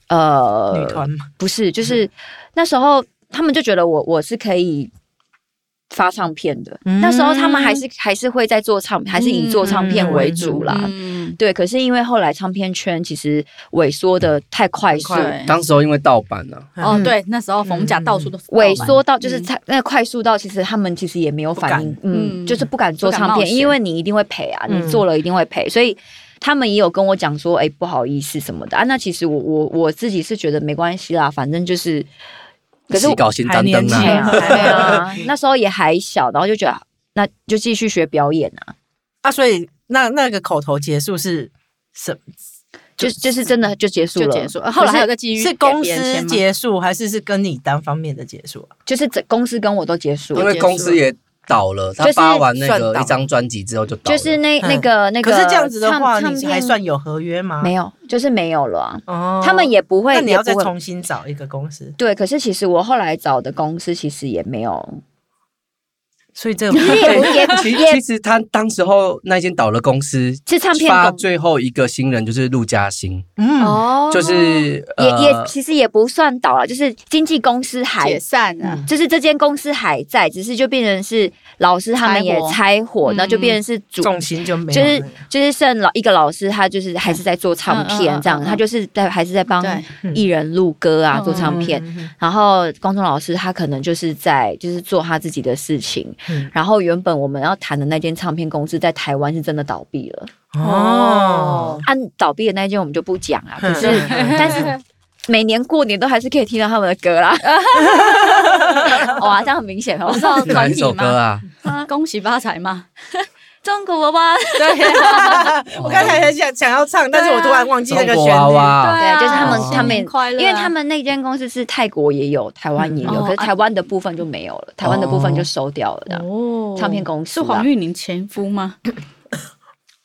S4: 呃
S2: 女团嘛，
S4: 不是，就是
S5: 嗯
S4: 那时候他们就觉得我我是可以发唱片的。
S2: 嗯
S4: 那时候他们还是还是会在做唱，还是以做唱片为主啦。
S5: 嗯，
S4: 对，可是因为后来唱片圈其实萎缩的太快速，
S5: 对，
S1: 当时候因为盗版啊，
S5: 哦，对，那时候冯甲到处都是
S4: 嗯萎缩到
S5: 盗版
S4: 就是它那个快速到，其实他们其实也没有反应，嗯，
S5: 嗯
S4: 就是不敢做
S5: 不敢
S4: 唱
S5: 冒
S4: 片，
S5: 险
S4: 因为你一定会赔啊，
S2: 嗯
S4: 你做了一定会赔，所以他们也有跟我讲说，哎、不好意思什么的啊。那其实我我我自己是觉得没关系啦，反正就是，可是
S1: 洗稿新单 灯
S2: 还
S4: 对啊
S1: 啊，
S2: 年轻
S4: 对啊，那时候也还小，然后就觉得那就继续学表演啊，
S2: 啊，所以那那个口头结束是什？
S4: 就就是真的就结束了，
S5: 就结束，后来还有个机遇
S2: 是公司结束还是是跟你单方面的结束啊？
S4: 就是整公司跟我都结束
S1: 因
S4: 了
S1: 为。公司也倒了，他
S4: 就是
S1: 发完那
S2: 算
S1: 个
S2: 倒
S1: 一张专辑之后就倒
S4: 就
S1: 了，
S4: 是那
S2: 嗯
S4: 那个那个
S2: 可
S4: 唱，
S2: 是这样子的话，
S4: 唱
S2: 你
S4: 片
S2: 还算有合约吗？
S4: 没有，就是没有了啊。
S2: 哦，
S4: 他们也不会，
S2: 那你
S4: 也
S2: 要
S4: 不
S2: 再
S4: 会
S2: 重新找一个公司，
S4: 对，可是其实我后来找的公司其实也没有，
S2: 所以 这个
S4: 就是也也
S1: 其
S4: 也
S1: 其实他当时候那间倒了公司，
S4: 是唱片
S1: 发
S4: 公司
S1: 最后一个新人就是陆嘉欣，
S2: 嗯，
S4: 哦
S1: 就是
S4: 也也
S1: 呃
S4: 其实也不算倒了，就是经纪公司还
S5: 解散了，
S4: 就是这间公司还在，只是就变成是老师他们也拆伙，嗯那就变成是主。
S2: 重心就没
S4: 就
S2: 有了
S4: 是就是剩老一个老师，他就是还是在做唱
S5: 嗯嗯
S4: 片
S5: 嗯
S4: 这样，
S5: 嗯嗯
S4: 他就是在还是在帮
S5: 对
S4: 艺人录歌啊，
S5: 嗯
S4: 做唱片。然后光中老师他可能就是在就是做他自己的事情，
S2: 嗯
S4: 然后原本我们要谈的那间唱片公司在台湾是真的倒闭了，
S2: 哦，
S4: 按、倒闭的那间我们就不讲啊，可是
S2: 嗯
S4: 但是每年过年都还是可以听到他们的歌啦，哇，这样很明显哦
S5: 不。知 道
S1: 是哪
S5: 团
S1: 一
S5: 体
S1: 首歌
S5: 吗？
S1: 啊？
S5: 啊恭喜发财 吗？
S4: 中国娃娃，
S2: 我刚才很想想要唱，但是我突然忘记那
S1: 中
S2: 个
S1: 国
S2: 旋
S1: 娃
S2: 律。
S1: 娃，
S4: 对，就是他们
S1: 哦
S4: 他们，
S5: 新年快乐啊
S4: 因为他们那间公司是泰国也有，台湾也有，
S5: 嗯
S4: 可是台湾的部分就没有了，台湾的部分就收掉了这样。
S5: 哦
S4: 唱片公司
S5: 是
S4: 啊
S5: 黄玉玲前夫吗？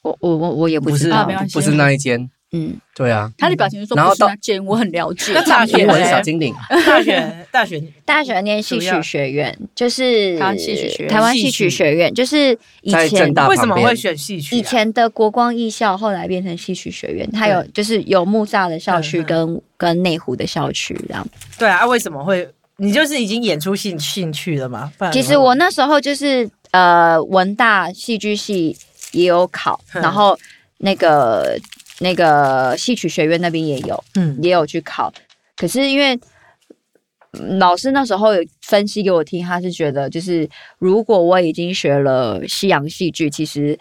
S4: 我我我我也不
S1: 不
S4: 知
S1: 是
S4: 道
S1: 啊
S5: 没，关系
S1: 不是那一间，
S4: 嗯，
S1: 对啊，
S5: 他的表情就说
S1: 然后
S5: 不是
S1: 到
S5: 啊，Jane，我很了解。
S2: 那大学
S1: 英文
S2: 嘞
S1: 小精灵，
S2: 大学大学
S4: 大学念戏
S2: 主要
S4: 曲学院，就是
S5: 台湾戏曲学院
S4: 台湾戏曲学院，就是以
S1: 在
S4: 前
S1: 正大
S2: 为什么
S1: 旁边
S2: 会选戏曲啊？
S4: 以前的国光艺校，后来变成戏曲学院，它有就是有木栅的校区
S2: 嗯嗯
S4: 跟跟内湖的校区这样。
S2: 对啊，啊为什么会？你就是已经演出兴兴趣了嘛？不然
S4: 其实我那时候就是呃，文大戏剧系也有考，
S2: 嗯
S4: 然后那个那个戏曲学院那边也有
S2: 嗯
S4: 也有去考，可是因为。嗯老师那时候有分析给我听，他是觉得就是如果我已经学了西洋戏剧，其实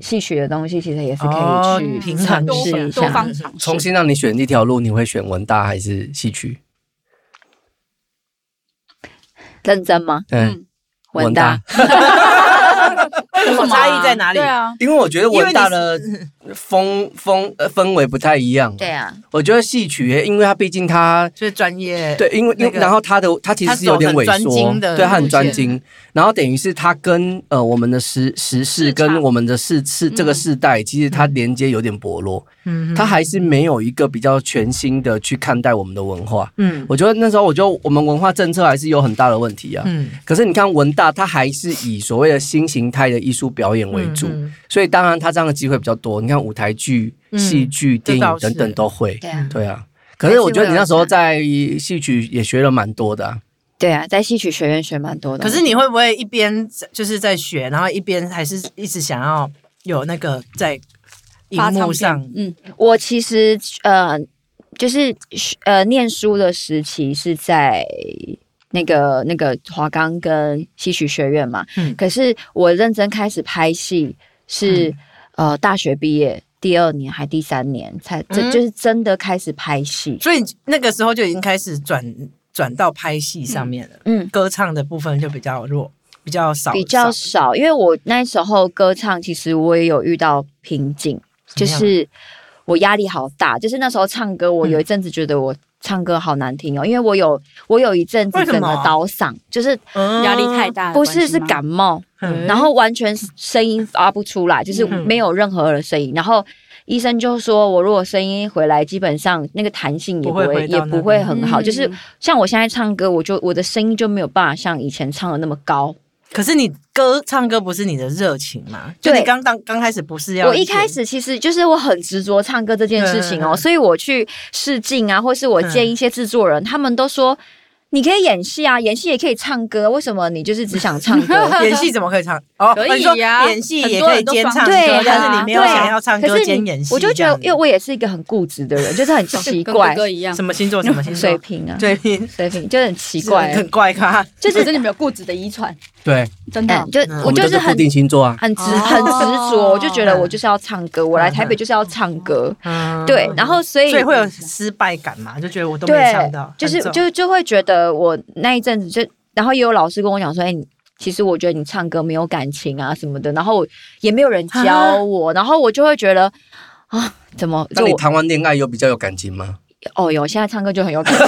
S4: 戏曲的东西其实也是可
S2: 哦
S4: 以去
S2: 平
S4: 尝
S2: 衡
S5: 多
S4: 试一
S5: 方
S4: 下。
S5: 多方尝试，
S1: 重新让你选一条路，你会选文大还是戏曲？
S4: 认真吗？
S1: 嗯，
S4: 文大，
S5: 为
S2: 什么差异在哪里
S5: 对啊，
S1: 因为我觉得文大的风风呃氛围不太一样。
S4: 对，啊，
S1: 我觉得戏曲，因为它毕竟它
S2: 所以专业
S1: 对，因为因
S2: 那
S1: 为
S2: 个
S1: 然后它的它其实是有点萎
S2: 它走很专
S1: 缩
S2: 精，的
S1: 对，它很
S2: 路线
S1: 专精。然后等于是它跟呃我们的时时事
S5: 市场
S1: 跟我们的世世这个世代，其实它连接有点薄弱，
S2: 嗯
S1: 它还是没有一个比较全新的去看待我们的文化。
S2: 嗯
S1: 我觉得那时候，我就我们文化政策还是有很大的问题啊。
S2: 嗯
S1: 可是你看文大，它还是以所谓的新形态的艺术表演为主，
S2: 嗯嗯
S1: 所以当然它这样的机会比较多。你看舞台剧、
S2: 嗯
S1: 戏剧、
S2: 这
S1: 电
S2: 倒
S1: 影
S2: 是
S1: 等等都会。
S4: 对啊，
S1: 对啊，可是我觉得你那时候在戏曲也学了蛮多的、啊，
S4: 对啊，在戏曲学院学蛮多的。
S2: 可是你会不会一边就是在学，然后一边还是一直想要有那个在荧
S5: 发
S2: 幕
S5: 唱
S2: 上
S5: 片？嗯，
S4: 我其实呃，就是呃，念书的时期是在那个那个华冈跟戏曲学院嘛。
S2: 嗯
S4: 可是我认真开始拍戏是、
S2: 嗯
S4: 呃大学毕业第二年还第三年才，这、
S2: 嗯
S4: 就是真的开始拍戏。
S2: 所以那个时候就已经开始转转到拍戏上面了，
S4: 嗯，
S2: 歌唱的部分就比较弱，比较少，
S4: 比较
S2: 少
S4: 少，因为我那时候歌唱，其实我也有遇到瓶颈，就
S2: 怎么样
S4: 是我压力好大。就是那时候唱歌，我
S2: 嗯
S4: 有一阵子觉得我唱歌好难听哦，因为我有我有一阵子
S2: 为什
S4: 整
S2: 么
S4: 个倒嗓，就是
S2: 嗯
S5: 压力太大的
S4: 不
S5: 关系吗，
S4: 是是感冒，
S2: 嗯
S4: 然后完全声音发不出来，就是
S2: 嗯
S4: 没有任何的声音，然后。医生就说，我如果声音回来，基本上那个弹性也不
S2: 不会
S4: 会
S2: 回到
S4: 也
S2: 那
S4: 不会
S2: 边
S4: 很好。
S5: 嗯
S4: 就是像我现在唱歌，我就我的声音就没有办法像以前唱的那么高，
S2: 可是你歌唱歌不是你的热情嘛？就
S4: 对
S2: 你刚当刚开始不是要
S4: 我一开始其实就是我很执着唱歌这件事情
S2: 嗯嗯
S4: 哦，
S2: 嗯
S4: 所以我去试镜啊，或是我见一些制作人，他们都说你可以演戏啊，演戏也可以唱歌，为什么你就是只想唱 歌？
S2: 演戏怎么可以唱？哦，
S4: 啊
S5: 可以
S2: 你说
S5: 呀
S2: 演戏
S5: 很
S2: 也
S5: 多
S2: 可
S5: 人
S2: 以
S5: 都
S2: 兼
S5: 装
S2: 唱歌，
S4: 对
S2: 但
S4: 啊
S2: 是你没有
S4: 对啊
S2: 想要唱
S4: 可
S2: 歌
S4: 是
S2: 兼
S4: 你
S2: 演，戏，
S4: 我就觉得，因为
S2: 为
S4: 我也是一个很固执的人，就是很奇
S5: 跟
S4: 怪
S5: 哥，哥一样
S2: 什。么星座什么星
S4: 水
S2: 座
S4: 平啊，
S2: 水瓶
S4: 水平就是很奇怪，
S2: 很怪咖，
S4: 就
S5: 可
S4: 是
S5: 是哎你们有固执的遗传，
S1: 对，
S5: 真的
S4: 嗯，。就
S2: 嗯
S4: 我
S1: 我们
S4: 就
S1: 都
S4: 是
S1: 是固
S4: 很
S1: 定星座啊。
S4: 很执
S5: 哦？
S4: 很执着，我就觉得我就是要唱歌，我来台北就是要唱歌，
S2: 嗯
S4: 对，然后所以
S2: 所以会有失败感嘛？就觉得我都没
S4: 对，
S2: 唱到，
S4: 就是
S2: 很 重
S4: 就就会觉得我那一阵子就，然后也有老师跟我讲说，哎、你其实我觉得你唱歌没有感情啊什么的，然后我也没有人
S2: 啊
S4: 教我，然后我就会觉得啊，怎么
S1: 那
S4: 就
S1: 你
S4: 我
S1: 谈完恋爱有比较有感情吗？
S4: 哦哟，现在唱歌就很 有感情，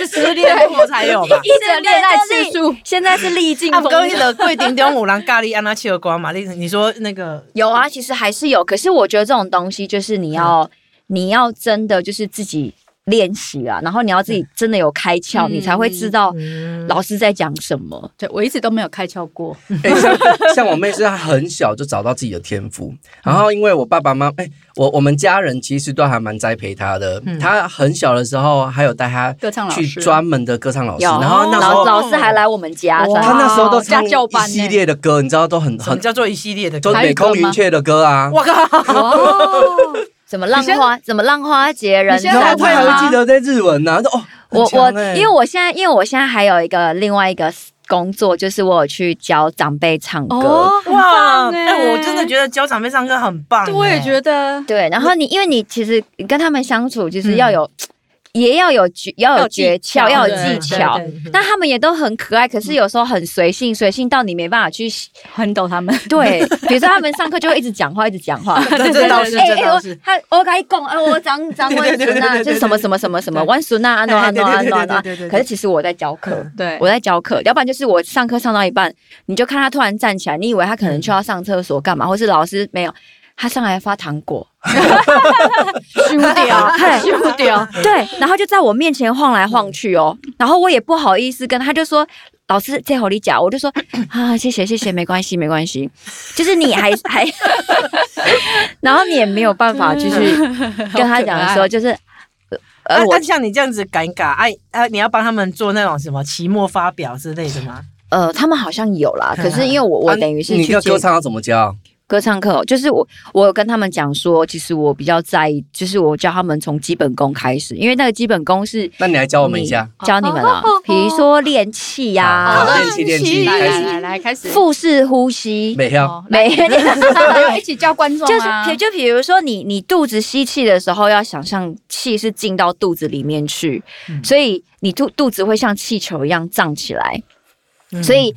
S2: 是失恋后才有吧
S5: 一直恋爱次数，
S4: 现在是 历尽
S2: 啊，不
S4: 风
S2: 够
S4: 浪
S2: 你的桂林中五郎咖啊喱安娜切尔瓜玛丽，你说那个
S4: 有啊，其实还是有，可是我觉得这种东西就是你
S2: 嗯
S4: 要、你要真的就是自己练习啊啦，然后你要
S2: 嗯
S4: 自己真的有开窍，
S5: 嗯
S4: 你才会知道老师在讲什么。
S5: 对我一直都没有开窍过。
S1: 哎、像 像我妹是她很小就找到自己的天赋，然后因为我爸爸妈妈，哎、我我们家人其实都还蛮栽培她的。她很小的时候还有带她
S5: 歌唱老
S1: 去
S5: 师
S1: 专门的歌唱老师，
S4: 有，
S1: 然后那时
S4: 老
S1: 候
S4: 老师还来我们家，
S5: 哇
S1: 她那时候都
S5: 哦家
S1: 唱
S5: 教班
S1: 一系
S5: 呢
S1: 列的歌，你知道都很
S2: 什么
S1: 很
S2: 叫做一系列的
S1: 都
S2: 歌？
S5: 还有
S1: 北空
S5: 歌吗
S1: 云雀的歌啊。
S2: 我 靠！
S5: 哦，
S4: 怎么浪花，怎么浪花结人
S5: 你
S4: 头
S5: 现在
S1: 然
S5: 还
S1: 后
S5: 会
S1: 他
S5: 吗
S1: 还
S4: 啊。
S1: 会记得在日文呢、啊，哦，很
S4: 我我
S1: 强欸，
S4: 因为我现在，因为我现在还有一个另外一个工作，就是我有去教长辈唱歌。
S5: 哦，
S2: 哇，
S4: 欸
S5: 哎、
S2: 哎，我真的觉得教长辈唱歌很棒。欸
S5: 对，我也
S2: 得，
S5: 觉得
S4: 对，然后你因为你其实你跟他们相处，就是
S2: 嗯
S4: 要有，也要有诀，要有诀窍，要有
S5: 对
S4: 技巧
S5: 对。对对
S4: 那他们也都很可爱，可是有时候很随性，随性到你没办法去
S5: 很懂他们。
S4: 对。比如说他们上课就会一直讲话，一直讲话，
S2: 这这倒是，
S4: 哎
S2: 这
S4: 哎，
S2: 倒
S4: 我
S2: 是。
S4: 他我跟你讲，啊，我长长温孙啊，就是什么什么什么什么，温孙啊，安诺安诺安诺安诺。可是其实我在教课，
S5: 对
S4: 我在教课，要不然就是我上课上到一半，你就看他突然站起来，你以为他可能就要上厕所干嘛，或是老师没有，他上来发糖果，
S5: 虚不掉，虚不掉。
S4: 对，然后就在我面前晃来晃去 哦，然后我也不好意思跟他就说。老师在吼你讲，我就说啊，谢谢谢谢，没关系没关 系，就是你还还， 然后你也没有办法 继续跟他讲
S5: 好可
S4: 的
S5: 爱
S4: 时候，就是呃
S2: 啊
S4: 呃，我
S2: 啊像你这样子尴尬，哎啊，你要帮他们做那种什么期末发表之类的吗？
S4: 呃，他们好像有 啦，可是因为我我等于是
S1: 啊你
S4: 去
S1: 要
S4: 接
S1: 歌唱要怎么教？
S4: 歌唱课哦，就是我我有跟他们讲说，其实我比较在意，就是我教他们从基本功开始，因为那个基本功是
S1: 那你来教我们一下。
S4: 教你们啊
S5: 哦，
S4: 比如说练气
S1: 好
S4: 呀、
S1: 练习练习
S5: 来
S1: 开
S5: 来
S1: 始
S5: 来来，开始。
S4: 腹式呼吸，
S1: 美
S5: 哦
S1: 香，
S5: 来
S4: 没
S1: 啊
S5: 一起教观众
S4: 就是
S5: 啊
S4: 比就比如说你你肚子吸气的时候，要想象气是进到肚子里面去，
S1: 嗯
S4: 所以你肚肚子会像气球一样胀起来。
S1: 嗯
S4: 所以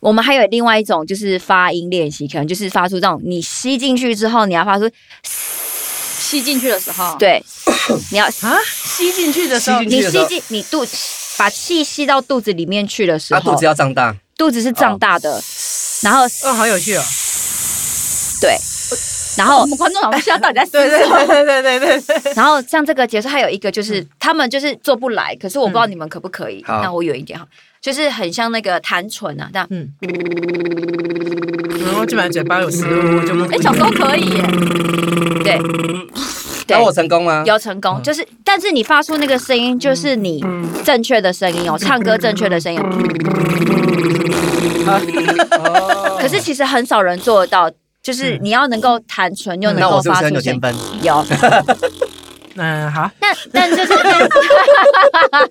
S4: 我们还有另外一种就是发音练习，可能就是发出这种你吸进去之后，你要发出
S5: 吸进去的时候，，
S4: 对，你要
S2: 啊，吸进去的时候
S1: 吸进
S4: 你
S1: 去的时
S4: 吸
S1: 候
S4: 进你肚把气吸到肚子里面去的时
S1: 他
S4: 候，
S1: 啊肚子要胀大，
S4: 肚子是胀大的，然后
S2: 哦，好有趣 哦！
S4: 对，然后
S5: 我们观众好像吓到底在
S2: 对
S5: 思
S2: 对
S5: 什么。
S2: 对对对对对，
S4: 然后像这个结束，还有一个就是、他们就是做不来，可是我不知道你们可不可以。
S1: 嗯好
S4: 那我有一点哈，就是很像那个弹唇啊，这样。
S2: 嗯，然后嗯就把嘴巴有食物，我就
S5: 哎，小时候可以耶，
S4: 对，对
S1: 那，我嗯成功吗？
S4: 有成功，就是但是你发出那个声音，就是你
S1: 嗯
S4: 正确的声音哦，唱歌正确的声音哦。
S1: 哦
S4: 可是其实很少人做得到，就是你要能够弹唇，又能
S1: 嗯那
S4: 够
S1: 我是不
S4: 发
S1: 是很
S4: 出
S1: 有
S4: 声
S1: 天
S4: 音。
S1: 分？
S4: 有，
S2: 嗯好，
S4: 但但就是，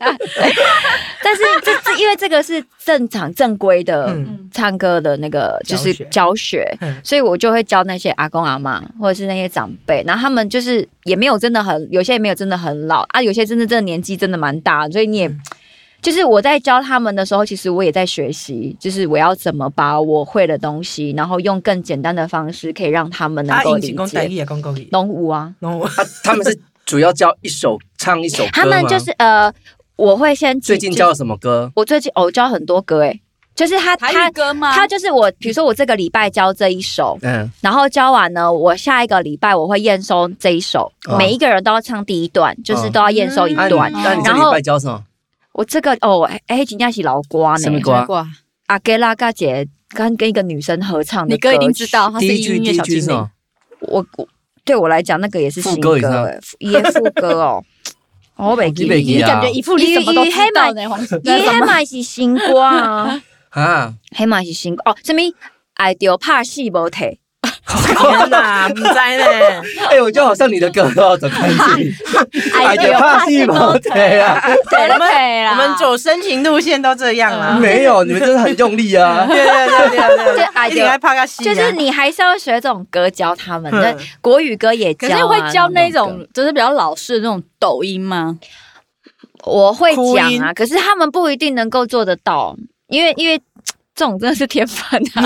S4: 但是这这因为这个是正常正规的
S2: 嗯
S4: 唱歌的那个就是
S2: 教学
S4: 教学
S2: 嗯，
S4: 所以我就会教那些阿公阿妈或者是那些长辈，然后他们就是也没有真的很，有些也没有真的很老啊，有些真的真的年纪真的蛮大，所以你也。
S2: 嗯
S4: 就是我在教他们的时候，其实我也在学习，就是我要怎么把我会的东西，然后用更简单的方式，可以让他们能
S2: 啊，
S4: 够
S2: 引
S4: 理
S2: 起公台
S4: 解。
S2: 语也公公语，哦
S4: 龙舞啊，
S2: 然后我
S1: 啊他们是主要教一首唱一首歌吗
S4: 他们就是呃，我会先
S1: 最近
S4: 就
S1: 教了什么歌？
S4: 我最近哦我教很多歌诶，就是他
S5: 台
S4: 他
S5: 语歌吗？
S4: 他就是我，比如说我这个礼拜教这一首，
S1: 嗯，
S4: 然后教完呢，我下一个礼拜我会验收这一首，
S1: 哦
S4: 每一个人都要唱第一段，就是都要验收一
S1: 那
S4: 段。
S1: 啊你那你这
S4: 然
S1: 礼
S4: 后
S1: 拜教什么？
S4: 我这个哦，哎哎，人家是老瓜
S1: 什么
S4: 呢，
S1: 歌啊
S5: 过，
S4: 阿盖拉嘎姐跟跟一个女生合唱的
S5: 你
S4: 歌，
S5: 哥一定知。道，他
S1: 第
S5: 是
S1: 一句
S5: 音
S1: 第
S5: 乐
S1: 一
S5: 小
S1: 句
S5: 精
S1: 是什
S5: 灵
S1: 么。？
S4: 我我对我来讲那个也是
S1: 副
S4: 新
S1: 歌也是
S4: 歌，
S1: 啊
S4: 哎也副歌哦，我北
S1: 你北
S4: 极
S1: 极
S5: 你
S1: 啊
S5: 感觉一副你什么都知道呢，黄子
S4: 伊迄嘛是新歌 啊，
S1: 啊，
S4: 迄嘛是新歌哦，什么爱着拍死无体，
S2: 天哪，不知 呢，
S1: 哎，我就好像你的歌都哦 要走开去，
S5: 哎
S1: 就
S5: 呦
S1: 怕戏 毛对啊，
S5: 对了对
S2: 我
S5: 啦，
S2: 们走深情路线都这样 啦。
S1: 没有，你们真的很用力啊。
S2: 对对对对
S4: 就
S2: 对对，
S4: 哎
S2: 一定爱怕个死啊，
S4: 就是你还是要学这种歌教他们，
S2: 嗯
S4: 但国语歌也教
S5: 可
S4: 啊、
S5: 是会教那
S4: 歌
S5: 种就是比较老式的那种抖音吗？
S4: 我会
S2: 哭
S4: 讲
S2: 音
S4: 啊，可是他们不一定能够做得到，因为因为这种真的是天分啊。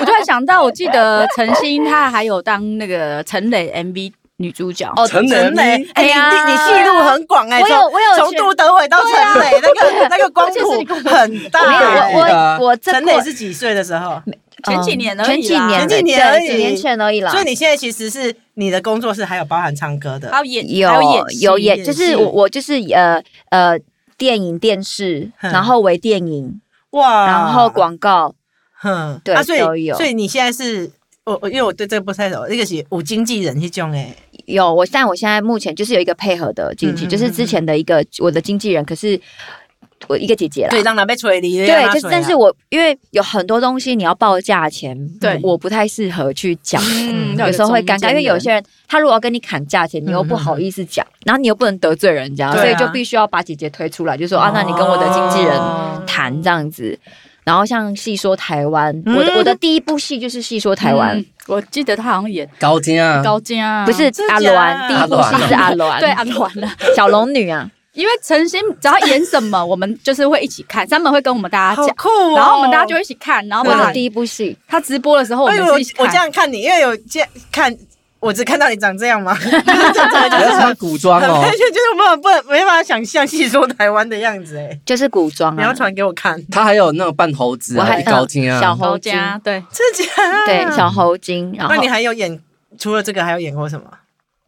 S5: 我突然想到，我记得陈星她还有当那个陈磊 MV 女主角，
S4: 哦
S1: 陈
S2: 陈
S1: 磊
S2: 磊，，哎，
S4: 哎
S2: 你
S4: 呀
S2: 你你戏路很广哎，
S4: 我有
S2: 从
S4: 我有
S2: 从
S4: 去啊
S2: 杜德伟到陈磊，那 个那个光谱很大
S4: 没有
S2: 哎。
S1: 对啊
S4: 我我我这
S2: 陈磊是几岁的时候？
S5: 前几年而
S4: 嗯
S5: 已啦
S4: 前几年
S2: 前几年而已
S4: 对几年前而已啦。
S2: 所以你现在其实是你的工作室还有包含唱歌
S5: 还
S2: 的，
S5: 有演
S4: 有
S5: 还演戏
S4: 有演，就是
S5: 戏
S4: 我我就是呃呃电影电视，
S2: 嗯
S4: 然后为电影，
S2: 哇
S4: 然后，广告，
S2: 哼，
S4: 对
S2: 啊所以
S4: 都有
S2: 所以你现在是。我我因为我对这个不太熟，那个是有经纪人那种哎，
S4: 有我，但我现在目前就是有一个配合的经纪，
S2: 嗯嗯
S4: 就是之前的一个我的经纪人，可是我一个姐姐啦。
S2: 对，让他被吹离的，
S4: 啊对
S2: 让，
S4: 就
S2: 他
S4: 是，
S2: 吹啊
S4: 但是我因为有很多东西你要报价钱，
S5: 对
S4: 我不太适合去讲，
S5: 嗯
S4: 有时候会尴尬，因为有些人他如果要跟你砍价钱，你又
S2: 嗯嗯
S4: 不好意思讲，然后你又不能得罪人家，
S2: 对啊
S4: 所以就必须要把姐姐推出来，就说啊，那你跟我的经纪人
S2: 哦
S4: 谈这样子。然后像戏说台湾，
S2: 嗯
S4: 我的我的第一部戏就是戏说台湾，
S5: 嗯我记得他好像演
S1: 高金啊，
S5: 高尖啊，
S4: 不是
S2: 真
S4: 阿
S2: 假
S4: 鸾，第一部戏是阿鸾，
S5: 对阿鸾啊，
S4: 小龙女啊，
S5: 因为陈星只要演什么，我们就是会一起看，他们会跟我们大家
S2: 好
S5: 讲，
S2: 酷哦，
S5: 然后我们大家就会一起看，然后
S4: 我
S5: 把
S4: 的
S5: 他
S4: 第一部戏，
S5: 他直播的时候，我
S2: 哎呦，
S5: 们也
S2: 我
S5: 是一起
S2: 我
S5: 看
S2: 这。样看你，因为有见看，我只看到你长这 样嘛，就是这
S4: 啊
S2: 整个
S1: 你
S2: 就是
S1: 要穿古装
S2: 很
S1: 哦
S2: 而。且 就是我们很不能没办法想象戏说台湾的样子哎，
S4: 就是古装
S2: 你要
S4: 啊，
S2: 传给我看，
S1: 他还有那种扮猴子
S4: 我
S1: 啊，
S4: 还
S1: 比高金
S4: 嗯小
S1: 啊，
S4: 猴
S5: 高
S4: 精
S5: 家对，
S2: 真假？
S4: 对，小猴精，然后
S2: 啊那你还有演除了这个还有演过什么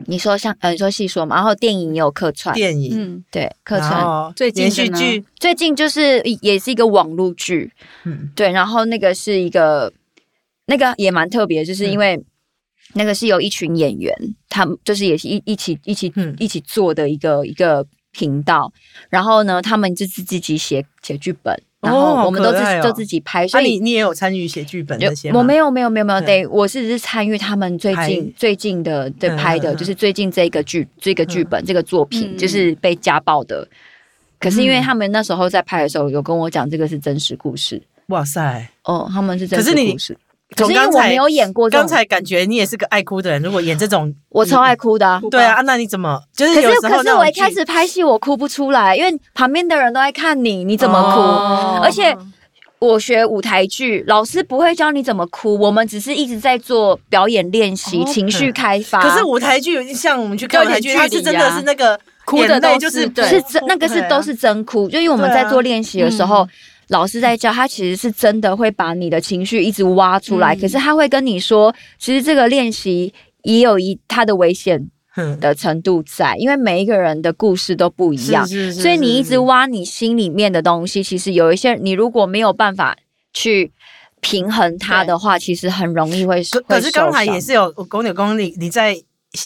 S4: 你说像呃，你说戏说嘛，然后电影也有客串，
S2: 电影？
S5: 嗯，
S4: 对客
S2: 然
S4: 串。
S2: 后
S5: 最近
S2: 连
S5: 的
S2: 续
S5: 呢
S2: 剧，
S4: 最近就是也是一个网络剧，
S2: 嗯，
S4: 对，然后那个是一个，那个也蛮特别，
S2: 嗯
S4: 就是因为那个是有一群演员，他们就是也是一一起一起、
S2: 嗯
S4: 一起做的一个一个频道，然后呢，他们就是自己写写剧本，然
S2: 哦
S4: 后
S2: 好
S4: 我们都
S2: 可
S4: 自己、
S2: 爱哦
S4: 都自己拍，
S2: 啊，
S4: 所
S2: 你
S4: 以。
S2: 你也有参与写剧本
S4: 有
S2: 那些吗？
S4: 我没有没有没有没有，
S2: 对
S4: 对我是只是参与他们最近
S2: 拍
S4: 最近的对
S2: 嗯
S4: 拍的，
S2: 嗯嗯
S4: 就是最近这个剧这个剧本、这个作品，
S5: 嗯
S4: 就是被家暴的。可是因为
S2: 嗯
S4: 他们那时候在拍的时候，有跟我讲这个是真实故事，
S2: 哇塞！
S4: 哦，他们是真
S2: 可
S4: 实
S2: 是你
S4: 故事。可
S2: 从
S4: 是因为
S2: 刚
S4: 我
S2: 才
S4: 没有演过这
S2: 刚
S4: 种，
S2: 才感觉你也是个爱哭的人，如果演这种，
S4: 我超爱哭的、啊。
S2: 对啊，啊那你怎么就是
S4: 可
S2: 有
S4: 是
S2: 时
S4: 可
S2: 候那
S4: 是
S2: 种
S4: 我一
S2: 剧
S4: 开始拍戏我哭不出来，因为旁边的人都在看你，你怎么哭？
S2: 哦
S5: 嗯
S4: 而且我学舞台剧，老师不会教你怎么哭，我们只是一直在做表演练习、
S5: 哦
S4: 情绪开发。
S2: 可是舞台剧像我们去看舞台剧，
S5: 就有
S2: 它
S5: 点距
S2: 是
S4: 啊
S5: 离
S2: 真的是那个
S5: 哭的
S2: 眼泪
S5: 都
S2: 就是是
S5: 对
S4: 是真那个是都是真哭，就因为我们在做练习的时
S5: 啊嗯
S4: 候，老师在教他，其实是真的会把你的情绪一直挖出来，
S5: 嗯
S4: 可是他会跟你说，其实这个练习也有一它的危险
S2: 嗯
S4: 的程度在，因为每一个人的故事都不一样，
S2: 是是是
S4: 所以你一
S2: 是
S4: 直挖你心里面的东西，其实有一些你如果没有办法去平衡它的话，其实很容易会
S2: 可
S4: 会
S2: 可是刚才
S4: 受伤
S2: 也是有我公牛公你你在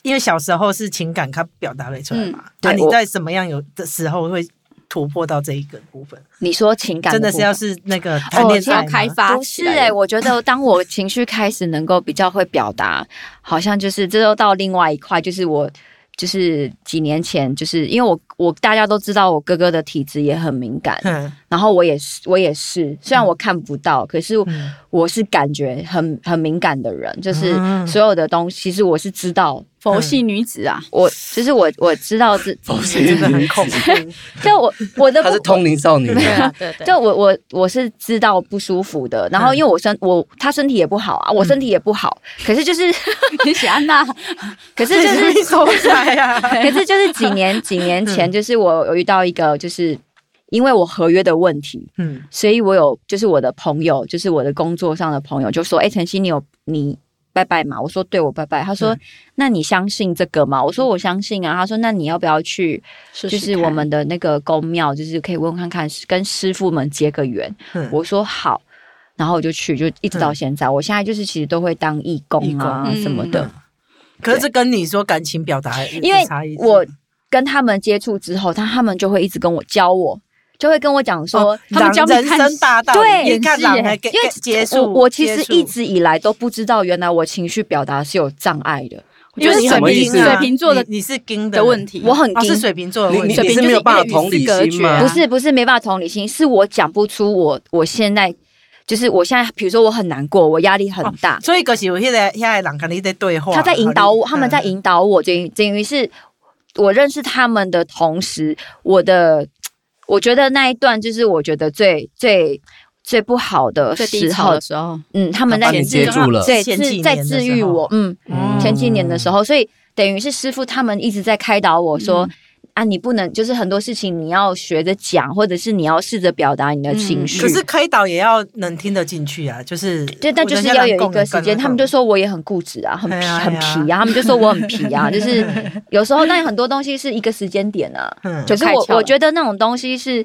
S2: 因为小时候是情感它表达不出
S5: 嗯
S2: 来嘛，
S4: 嗯
S2: 那、
S4: 对
S2: 你
S4: 我
S2: 在什么样有的时候会突破到这一个部分？
S4: 你说情感
S2: 真
S4: 的
S2: 的
S4: 部
S2: 是
S4: 分哦
S2: 要是那个谈恋
S5: 要
S2: 爱吗、
S5: 开发
S4: 不
S5: 起
S4: 是
S5: 来
S4: 哎、我觉得当我情绪开始能够比较会表达，好像就是这又到另外一块，就是我就是几年前，就是因为我我大家都知道我哥哥的体质也很敏感，
S2: 嗯
S4: 然后我也是我也是，虽然我看不到，可是
S2: 嗯
S4: 我是感觉很很敏感的人，就是
S2: 嗯
S4: 所有的东西，其实我是知道。
S5: 佛系女子啊，
S4: 我就是我，我知道 这，
S2: 真的很恐怖。
S4: 就我我的
S1: 他是
S4: 不
S1: 通灵少女，
S5: 啊，对 对
S4: 就我我我是知道不舒服的，然后
S2: 嗯
S4: 因为我身我他身体也不好啊，我身体也不好，可是就是
S5: 你喜安娜，
S4: 可是 就
S2: 这
S4: 是
S2: 是什么菜 啊？
S4: 可是就是几年几年
S2: 嗯
S4: 前，就是我有遇到一个就是因为我合约的问题，
S2: 嗯，
S4: 所以我有就是我的朋友，就是我的工作上的朋友就说，哎、晨曦你有你。拜拜嘛，我说对，我拜拜。他说：“那你相信这个吗？”我说：“我相信啊。”他说：“那你要不要去？
S5: 就
S4: 就是我们的那个公庙，就是可以问看看，跟师傅们结个缘。”
S2: 嗯
S4: 我说好，然后我就去，就一直到现在。我现在就是其实都会当义
S2: 义
S4: 工
S2: 工
S4: 啊
S5: 嗯
S4: 什么的。
S2: 嗯可是这跟你说感情表达有
S4: 因为
S2: 差异是吗，
S4: 我跟他们接触之后，他他们就会一直跟我教我，就会跟我讲说。
S2: 哦
S5: 他们教你
S2: 人
S5: 看
S2: 生大道理，
S4: 对
S2: 你看
S5: 演戏
S2: 狼还给
S4: 因为
S2: 给结
S4: 我
S2: 束。
S4: 我其实
S2: 结束
S4: 一直以来都不知道，原来我情绪表达是有障碍的。
S5: 我觉得
S1: 因为
S5: 水
S1: 什么意
S5: 瓶
S1: 思
S5: 水瓶座的
S2: 啊你你是金
S5: 的问
S2: 题，
S5: 题，
S4: 我很
S2: 哦，
S4: 惊
S2: 是水瓶座的
S1: 你
S2: 问
S1: 你
S2: 题
S5: 水。
S1: 你
S5: 瓶
S1: 是
S5: 就是
S1: 没有
S5: 一
S1: 办法
S5: 个与
S1: 同
S5: 世
S1: 理
S5: 隔
S1: 心
S5: 绝啊
S1: 吗？
S4: 不是不是没办法同理心，是我讲不出我我现在就是我现在，比如说我很难过，我压力很大，
S2: 所以可是有现在现在人跟你在嗯对话，
S4: 他在引导我，他们在
S2: 引。
S4: 引导我，等于等于是我认识他们的同时，我的我觉得那一段就是我觉得最最最不好的
S5: 最低
S4: 时
S5: 潮
S4: 候
S5: 的，时候，
S4: 嗯，他们
S1: 把
S4: 在
S1: 你
S5: 前
S1: 接
S5: 置
S1: 住了，
S4: 对
S2: 前几
S4: 治
S2: 年
S4: 在
S2: 的
S4: 治
S2: 时
S4: 愈
S2: 候
S4: 我，嗯，
S1: 嗯
S4: 前几年的时候，所以等于是师傅他们一直在开导我说。啊，你不能就是很多事情你要学着讲，或者是你要试着表达你的情
S5: 嗯
S4: 绪。
S2: 可是开导也要能听得进去啊，就是
S4: 对，但就是要有一个时间，他们就说我也很固执啊，很
S2: 哎
S4: 皮
S2: 呀
S4: 很
S2: 哎呀
S4: 皮啊，他们就说我很皮啊，就是有时候，但很多东西是一个时间点啊。
S2: 嗯
S4: 可是
S5: 开
S4: 我
S5: 窍了
S4: 我觉得那种东西是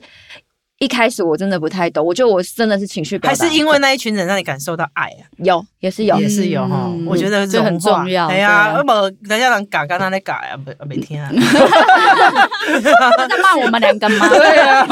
S4: 一开始我真的不太懂，我觉得我真的是情绪表
S2: 还
S4: 达，
S2: 是因为那一群人让你感受到爱啊，
S4: 有也是 有
S2: 也是有哈
S5: 嗯，
S2: 我觉得
S5: 这很
S2: 融化
S5: 重要
S2: 哎
S5: 对
S2: 呀，
S5: 啊
S2: 要么人家人嘎嘎那在嘎啊，没没 听啊。
S5: 他在骂我们两个吗？
S1: 啊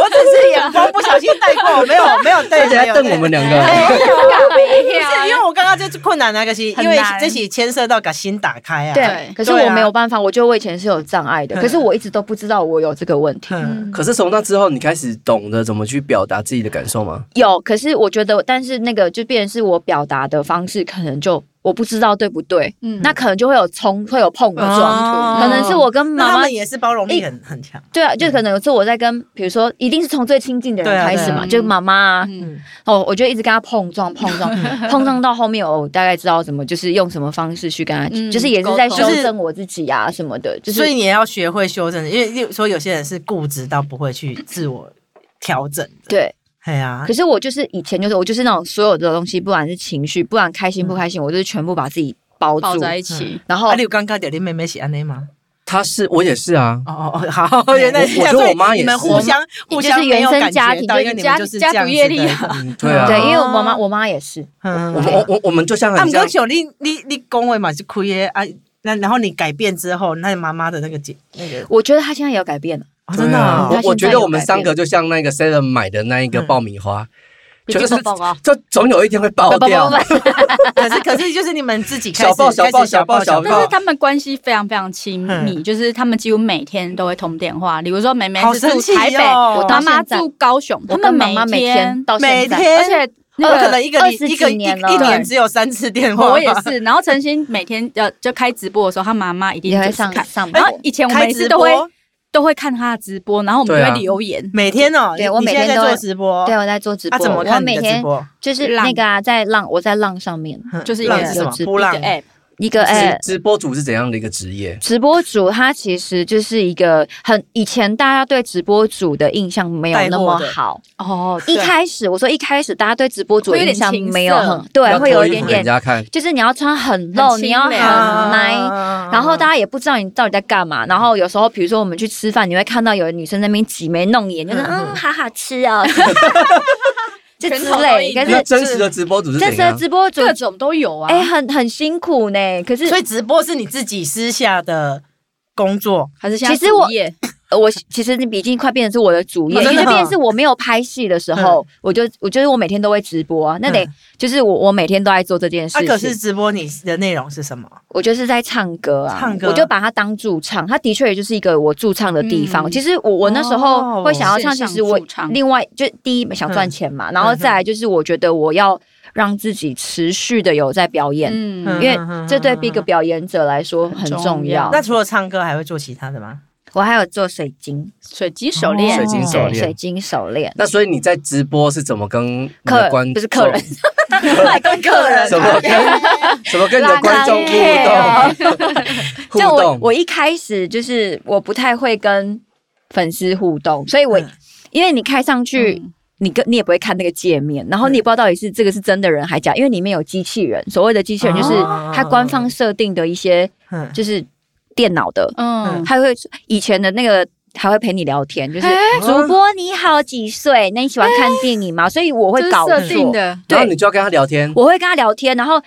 S2: 我只是眼光不小心带过，没有没有 对
S1: 而且还瞪我们。两个，
S2: 没有不是因为我刚刚就是困难那个是，
S5: 很
S2: 因为
S5: 难
S2: 这些牵涉到把心打开啊。
S4: 对，可是
S2: 对
S4: 我
S2: 啊
S4: 没有办法，我觉得我以前是有障碍的，
S2: 嗯
S4: 可是我一直都不知道我有这个问题。
S2: 嗯，
S5: 嗯
S1: 可是从那之后，你开始懂得怎么去表达自己的感受吗？
S4: 有，可是我觉得，但是那个就变成是我表达的方式，可能就我不知道对不对，
S5: 嗯
S4: 那可能就会有冲，会有碰撞，
S2: 哦
S4: 可能是我跟
S2: 那
S4: 妈
S2: 他
S4: 妈
S2: 们也是包容力很很强。
S4: 对啊，就可能有次我在跟，比如说，一定是从最亲近的
S2: 对
S4: 人
S2: 啊
S4: 开始
S2: 对
S4: 嘛，
S5: 啊
S4: 就妈妈啊，
S5: 嗯
S4: 哦，我就一直跟她碰撞、 碰撞、碰撞到后面，我大概知道怎么，就是用什么方式去跟她，
S5: 嗯
S4: 就是也是在
S5: 沟
S4: 修
S5: 通
S4: 正我自己啊什么的，就是
S2: 所以你也要学会修正，因为例如说有些人是固执到不会去自我调整的。
S4: 对。
S2: 哎呀
S4: 可，是
S2: 嗯
S4: 我就是以前就是我就是那种所有的东西，不管是情绪，不管开心不开心，我就是全部把自己包
S5: 抱
S4: 住，
S5: 在一起，
S4: 然后
S2: 啊，你有尴尬点，你妹妹是安内吗？
S1: 她是我也是啊，
S2: 哦哦，好，原来是这样。
S1: 我我觉得我妈
S2: 所以
S1: 也
S2: 你
S1: 是
S2: 们互相互
S5: 就是
S2: 相没有
S5: 原生
S2: 感
S5: 家
S2: 觉
S5: 庭
S2: 到，
S5: 就
S2: 因为
S5: 是
S2: 你
S5: 家
S2: 们就是
S5: 家
S2: 这样
S5: 族
S2: 子
S5: 阅
S2: 的
S5: 历
S2: 一
S5: 啊
S2: 个
S1: 嗯，对啊，
S4: 对，因为我妈我妈也是，
S2: 嗯
S1: 我们我我我们就像
S2: 啊，
S1: 很
S2: 不
S1: 像
S2: 过，像你你你恭维嘛是亏耶啊，那然后你改变之后，那你妈妈的那个姐那个，
S4: 我觉得她现在也要改变了，
S2: 哦
S1: 对
S2: 真的
S1: 啊
S2: 哦、
S4: 她现在
S1: 我我觉得
S4: 有
S1: 我们
S4: 改
S1: 三
S4: 变
S1: 个就像那个 s e l e n 买的那一个
S2: 嗯
S1: 爆米花，
S5: 一
S1: 就
S5: 定
S1: 是
S5: 会爆啊
S1: 就总有一天会爆
S5: 不不
S1: 掉
S5: 不。
S2: 可是可是就是你们自己开始
S1: 小爆小爆
S2: 开始小
S1: 小爆
S2: 小
S1: 小
S5: 但
S1: 爆
S5: 是他们关系非常非常亲密，
S2: 嗯
S5: 就是他们几乎每天都会通电话。比如说，妹妹
S2: 好
S5: 是
S2: 神
S5: 住
S2: 奇
S5: 台北，
S2: 哦！
S4: 我
S5: 妈
S4: 到
S5: 妈
S4: 现在
S5: 住高雄，他
S4: 我
S5: 们
S4: 跟妈妈每天
S5: 天，
S4: 到
S2: 每
S4: 现在，
S2: 天
S5: 而且那
S2: 我可
S5: 个
S2: 能一个
S4: 二
S2: 礼
S4: 十
S2: 一个
S4: 几
S2: 一
S4: 年
S2: 一
S4: 了
S2: 年只有三次电话吧，
S5: 我也是。然后陈星每天呃就开直播的时候，他妈妈一定
S4: 也会
S5: 就是
S4: 上
S5: 看。哎
S4: 上
S5: 然
S4: 班。
S5: 后以前我
S2: 开
S5: 每次
S2: 直
S5: 都会
S2: 播
S5: 都会看他的直播，然后我们
S1: 对啊
S5: 就会留言。
S2: 每天哦，
S4: 对
S2: 你
S4: 我每天
S2: 你现在
S4: 都
S2: 在
S4: 会
S2: 做直播，
S4: 对，我在做直
S2: 啊
S4: 播，
S2: 怎么
S4: 我
S2: 看你
S4: 每
S2: 的直
S4: 天
S2: 播？
S4: 就是
S5: 浪
S4: 那个啊，在浪，我在浪上面
S5: 就是
S2: 浪
S5: 也
S2: 嗯
S4: 有
S2: 是什么
S4: 直
S2: 波浪
S5: 一个 app，
S4: 一个哎
S1: 直，直播主是怎样的一个职业？
S4: 直播主他其实就是一个很以前大家对直播主的印象没有那么好。
S5: 哦，
S4: 一
S5: 对
S4: 开始我说一开开始大家对直播主的
S5: 会有
S4: 印
S5: 点
S4: 象
S5: 青
S4: 没有
S5: 涩
S4: 很对，
S1: 要
S4: 会有
S1: 脱
S4: 一
S1: 衣
S4: 点
S1: 服给人
S4: 点，
S1: 家看，
S4: 就是你要穿很露，
S5: 清
S4: 你要很
S5: 凉啊
S4: nice。然后大
S2: 家
S4: 家也不知道你到底在干嘛，然后有时候比如说我们去吃饭，你会看到有女生在那边挤眉弄眼，就是
S2: 嗯嗯
S4: 嗯哈哈吃 哦，这之类。可
S5: 全
S1: 那
S4: 是
S1: 真实的直播主是
S4: 这
S1: 怎
S4: 时候
S1: 样？
S4: 直播主
S5: 各种都有啊。
S4: 哎很很辛苦呢，可是
S2: 所以直播是你自己私下的工作，
S5: 还是现在
S4: 其实我
S5: 主业
S4: 我其实已经快变成是我的主业，
S2: 哦
S4: 因
S2: 真
S4: 为
S2: 的
S4: 就
S2: 哦
S4: 变成是我没有拍戏的时候，我就我觉得我每天都会直播啊，那得、
S2: 嗯
S4: 就是我我每天都在做这件事
S2: 啊，
S4: 情。
S2: 可是直播你的内容是什么？
S4: 我就是在唱歌啊，
S2: 唱歌
S4: 我就把它当驻唱，它的确也就是一个我驻唱的地方。
S5: 嗯
S4: 其实我我那时候会想要唱，
S5: 哦
S4: 其实我
S5: 线上驻唱
S4: 另外就第一想
S2: 嗯
S4: 赚钱嘛，然后再来就是我觉得我要让自己持续的有在表演，
S5: 嗯，
S4: 因为
S2: 嗯
S4: 这对 big 表演者来说很
S5: 重
S4: 重
S5: 要
S4: 要。
S2: 那除了唱歌还会做其他的吗？
S4: 我还有做水晶，哦
S5: 水晶手链，
S1: 水晶手
S4: 对，
S1: 链
S4: 水晶手链。
S1: 那所以你在直播是怎么跟你的
S4: 客
S1: 观
S4: 不是客 人
S1: 众，
S4: 来跟 客人
S1: 怎么跟怎么跟你的观众互动 互
S4: 就我
S1: 动？
S4: 我一开始就是我不太会跟粉丝互动，所以我、
S2: 嗯
S4: 因为你开上去。
S5: 嗯
S4: 你跟你也不会看那个界面，然后你也不知道到底是这个是真的人还假，因为里面有机器人。所谓的机器人就是
S2: 哦
S4: 它官方设定的一些，
S2: 嗯，
S4: 就是电脑的，
S5: 嗯，
S4: 它会以前的那个还会陪你聊天，就是
S5: 哎
S4: 主播你好几岁？那你喜欢看电影吗？所以我会
S5: 这是
S4: 搞
S5: 设
S4: 错
S5: 定的，
S1: 然后你就要跟他聊天，
S4: 我会跟他聊天，然后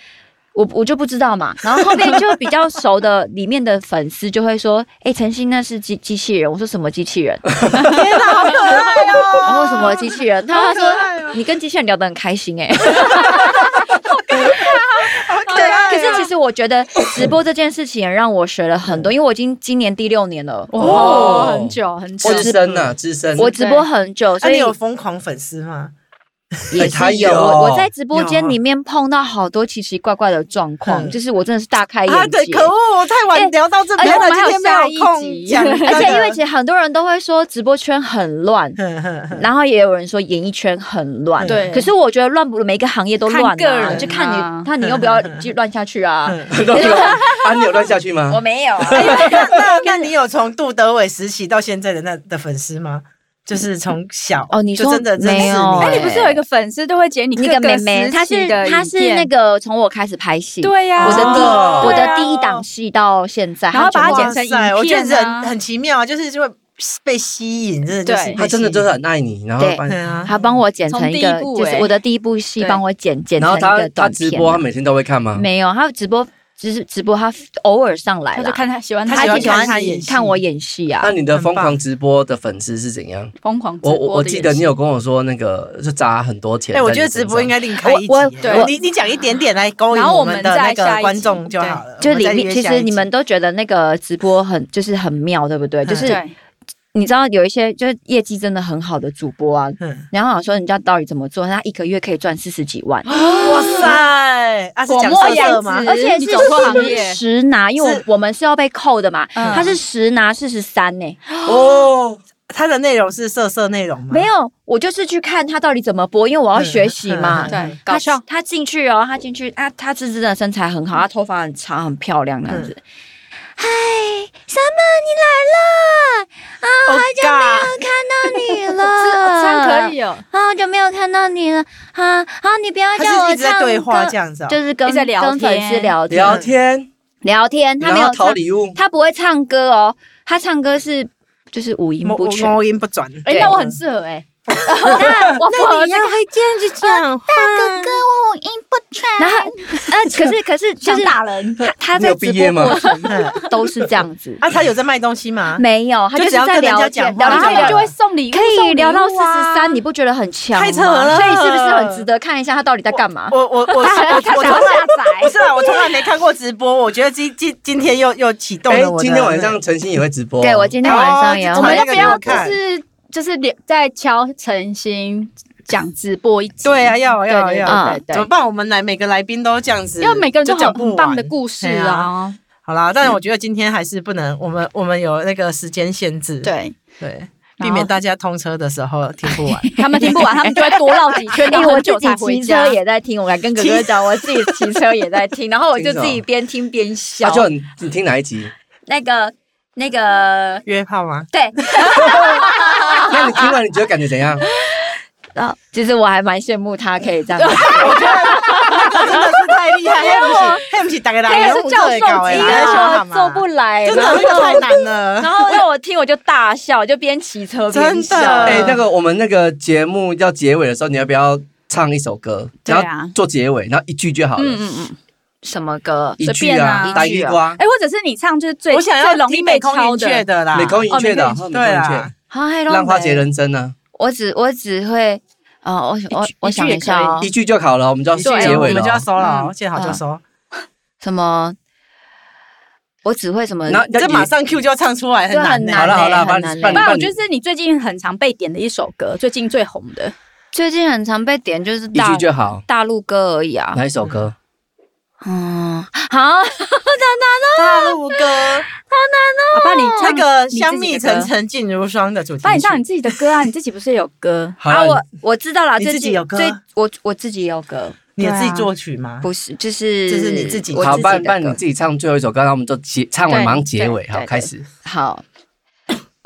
S4: 我我就不知道嘛，然后后面就比较熟的 里面的粉丝就会说，哎、陈星那是机机器人，我说什么机器人，
S2: 天哪，好可爱哦！
S4: 然后什么机器人，他说、
S2: 爱哦
S4: 你跟机器人聊得很开心哎、诶
S2: 好可 爱哦
S4: 可是其实我觉得直播这件事情也让我学了很多，因为我已经今年第六年了，
S5: 哦，很久很久，
S1: 资深呐，资深。
S4: 我直播很久，
S2: 那、
S4: 所
S2: 哎啊你
S4: 以
S2: 有疯狂粉丝吗？
S4: 也
S1: 哎他
S4: 是
S1: 有
S4: 有我我在直播间里面碰到好多奇奇怪怪的状况，
S2: 啊嗯
S4: 就是我真的是大开眼界。
S2: 啊，对，可恶，我太晚聊到这边了，
S5: 哎
S2: 今天没有
S5: 而且我们还有下一
S2: 空
S5: 集
S2: 讲 那个。
S4: 而且 因为其实很多人都会说直播圈很乱，
S2: 哼哼哼
S4: 然后也有人说演艺圈很乱，
S5: 对
S4: 可是我觉得乱不每个行业都乱、啊，
S5: 看个人啊
S4: 就看你，看你又不要继续乱下去啊。
S2: 嗯
S1: 啊，你有乱下去吗
S4: 我？没有啊，
S2: 那那那你有从杜德伟时期到现在的那的粉丝吗？就是从小
S4: 哦你
S2: 就
S4: 说
S2: 真的认识
S4: 没有
S2: 你
S5: 哎，你不是有一个粉丝都会截你
S4: 那个
S5: 各
S4: 妹
S5: 时
S4: 妹，
S5: 期
S4: 她是
S5: 的
S4: 她
S5: 影
S4: 是
S5: 片
S4: 那个从我开始拍戏，
S5: 对呀，
S4: 我的第、
S1: 哦
S4: 我
S2: 对
S4: 的
S2: 啊
S4: 第一档戏到现在，
S5: 然后把它
S4: 全部
S5: 剪成影片啊
S2: 我觉得人很奇妙，就是就会被吸引，真的就是
S5: 对
S2: 被
S1: 他真的
S2: 吸
S1: 就
S2: 引
S1: 是很爱你，然后
S4: 对
S1: 把你
S2: 对啊，
S4: 她帮我剪成一个，
S5: 从第一部
S4: 就是
S5: 欸
S4: 我的第一部戏，
S5: 对
S4: 帮我剪剪
S1: 然
S4: 成
S1: 后
S4: 一个
S1: 他他
S4: 短
S1: 直
S4: 片
S1: 播，他
S4: 啊。
S1: 每天都会看吗？
S4: 没有，她直播只是直播，她偶尔上来
S5: 他就
S4: 了。
S5: 看他喜欢
S2: 她
S5: 他
S4: 她
S2: 喜
S4: 就
S2: 欢
S4: 喜欢
S2: 看她演戏
S4: 看我演戏啊
S1: 那。你的
S2: 很棒
S1: 疯狂直播的粉丝是怎样？
S5: 疯狂直
S1: 我
S5: 播
S1: 我我记得
S5: 的
S1: 你
S5: 演
S1: 有跟我说那个是砸很多钱。
S2: 哎，我觉得直播应。该另开一集啊
S4: 我我。
S5: 对
S2: 你你讲一点点来勾引
S5: 然后
S2: 我
S5: 我们
S2: 们的
S5: 再
S2: 那
S5: 下一
S2: 个
S5: 集
S2: 观众就好了。
S4: 就
S2: 我们
S4: 里
S2: 再
S4: 面，
S2: 约
S4: 其
S2: 下
S4: 实
S2: 一集嗯
S4: 你们都觉得那个直播很就是很妙，对不对？就是
S5: 戏对
S4: 你知道有一些就是业绩真的很好的主播啊，
S2: 嗯
S4: 然后想说人家到底怎么做，他一个月可以赚四十几万，
S2: 哦哇塞，啊是
S5: 广
S2: 讲
S5: 末
S2: 色色
S5: 样
S2: 吗
S5: 子？
S4: 而且
S5: 你
S4: 是
S5: 走错行业
S4: 实拿，因为
S2: 是
S4: 我我们是要被扣的嘛，
S5: 嗯
S4: 他是实拿四十三呢，
S2: 嗯
S1: 哦，
S2: 它的内容是色色内容吗？
S4: 没
S5: 啊
S4: 有，我就是去看他到底怎么播，因为我要学习嘛。
S2: 嗯嗯嗯
S5: 对搞
S4: 他
S5: 笑，
S4: 他进去哦，他进去啊，他是真的身材很好，他头发很长，很漂亮那
S2: 嗯
S4: 样子。嗨，三妹你来了，
S2: Oh God，
S4: 看到你以 了，
S5: 唱可以哦，
S4: 好久没有看到你了，啊啊，你不要
S2: 他
S4: 叫
S2: 是
S4: 我
S2: 一直在
S4: 唱
S2: 对话
S4: 歌
S2: 这样子、哦，
S4: 就是
S5: 一
S4: 跟
S5: 直在聊
S4: 跟粉丝
S5: 天
S4: 聊天
S1: 聊天，
S4: 聊天，他没
S1: 然
S4: 有
S1: 后
S4: 唱
S1: 讨，礼物，
S4: 他不会唱歌哦，他唱歌是就是五音
S2: 我
S4: 不全。
S2: 我音不转。
S5: 哎，
S4: 对
S5: 那我很适合 哎， 我符合这个
S2: 会这样子讲话，
S3: 我五音不全。
S4: 然后，呃，可是可是 就是打 人，他他
S1: 你
S4: 在
S1: 有
S4: 直
S1: 毕
S4: 播
S1: 业吗
S4: 过程都是这样子，
S2: 嗯啊，他有在卖东西 吗？
S4: 没有，他就
S2: 就
S4: 是
S2: 只要
S4: 在
S2: 跟人
S4: 聊
S2: 家
S4: 天，
S2: 讲
S4: 聊
S2: 话
S5: 然
S4: 天
S5: 后他
S2: 对
S5: 们就会送礼物，
S4: 可以聊到四
S5: 送礼物啊
S4: 十三，你不觉得很强吗？
S2: 太扯了
S4: 所以是不是很值得看一下他到底在干嘛？
S2: 我我我我
S5: 他
S2: 我
S5: 他
S2: 从
S5: 想要
S2: 来
S5: 下载
S2: 不，是啊，我从来没看过直播，我觉得今今今天又又启动
S1: 哎
S2: 了我，的。
S1: 今天晚上陈星也会直播哦，
S4: 对我今天晚上也
S2: 哦
S5: 我
S4: 要
S2: 要
S5: 们要不
S2: 不
S5: 要
S2: 要
S5: 就
S2: 看
S5: 是就是连在敲陈星讲直播一集？
S2: 对啊，要啊
S5: 对
S2: 要啊
S5: 对
S2: 要啊，
S5: 对对
S2: 怎么
S5: 对，
S2: 办？我们来每个来宾都这样子，
S5: 要每个人都
S2: 就
S5: 很
S2: 讲不
S5: 很棒的
S2: 完。
S5: 故事
S2: 对
S5: 啊
S2: 啊，好啦，但是我觉得今天还是不能，我们我们有那个时间限制，
S5: 对
S2: 对，
S5: 然后
S2: 避免大家通车的时候听不 完。
S5: 他们听不完，他们就会多绕几 圈，
S4: 因
S5: 然
S4: 为
S5: 后
S4: 我
S5: 很
S4: 自
S5: 久
S4: 己
S5: 才
S4: 骑
S5: 回
S4: 车
S5: 家。
S4: 也在听，我敢跟哥哥讲，我自己骑车也在 听，然后我就
S1: 听什
S4: 自
S1: 么
S4: 己边听边笑
S1: 阿。啊就你你听哪一集？
S4: 那个那个，
S2: 约炮吗？
S4: 对，
S1: 那你听完你觉得感觉怎样？
S4: 然后哦其实我还蛮羡慕他可以这样子，
S2: 真的是太厉 害，啊黑不起，黑不起，打给大
S4: 他也
S2: 家，
S4: 是教授级啊的，做不来。
S2: 真
S4: 然
S2: 的
S4: 后
S2: 那个太难了。
S4: 然
S5: 啊
S4: 后让我听，我就大笑，就边骑车边笑
S2: 真。
S5: 呃
S2: 的
S1: 哎、
S2: 嗯
S1: 那个我们那个节目要结尾的时候，你要不要唱一首歌？
S5: 对啊
S1: 然后做结尾，然后一句就好了，
S5: 嗯嗯嗯，
S4: 什么歌？
S1: 一句
S5: 随便啊
S1: 啊，打
S4: 一句
S1: 一
S4: 啊
S1: 瓜，
S5: 哎，或者是你唱就是最
S2: 我想要
S5: 最容易
S2: 听
S5: 被
S2: 美空
S5: 敲
S2: 云雀
S5: 的，
S2: 的啦，
S1: 美空云雀的，
S5: 哦
S1: 哦美空
S2: 对
S1: 云
S2: 啊
S1: 雀，，
S4: 好，还
S1: 浪花节人生啊，
S4: 我只我只会，哦，我我
S5: 一句
S4: 我想一下哦
S1: 一，句就好了，我们就要
S2: 一句
S1: 结
S2: 我
S1: 尾了
S2: 们就要
S1: 哦。
S2: 收了哦，
S5: 嗯
S2: 见好就收。
S4: 什么？我只会什么？
S1: 那
S2: 这马上 Q 就要唱出来，很难
S4: 就
S2: 呢。
S4: 很
S1: 好了好
S4: 嘞
S1: 了，把
S4: 很
S1: 你
S4: 难嘞欸
S1: 把
S5: 不
S1: 你
S5: 然
S1: 把
S5: 我
S1: 你
S5: 就是你最近很常被点的一首歌，最近最红的，
S4: 最近很常被点就是
S1: 一
S4: 大
S1: 句就好。
S4: 大陆歌而已啊。
S1: 哪一首歌？
S4: 嗯，好，
S2: 大陆歌，
S5: 啊，帮你
S2: 那
S5: 唱
S2: 个
S5: 你自己的
S2: 香蜜
S5: 歌
S2: 沉沉烬如霜的主题
S5: 帮你
S2: 曲
S5: 唱你自己的歌啊，你自己不是有歌？
S1: 好
S4: 啊，
S1: 了，
S4: 我我知道了，
S2: 你
S4: 最
S2: 自己
S4: 近
S2: 有歌
S4: 最我我自己有歌，
S2: 你自己
S5: 对啊
S2: 作曲吗？
S4: 不是，就是
S2: 这是你自己
S4: 我
S1: 好，
S4: 自己
S1: 办
S4: 的
S1: 办你
S4: 歌
S1: 自己唱最后一首歌，然后我们就结唱完
S4: 对
S1: 马上结尾，
S4: 对
S1: 好，
S4: 对
S1: 开始。
S4: 好，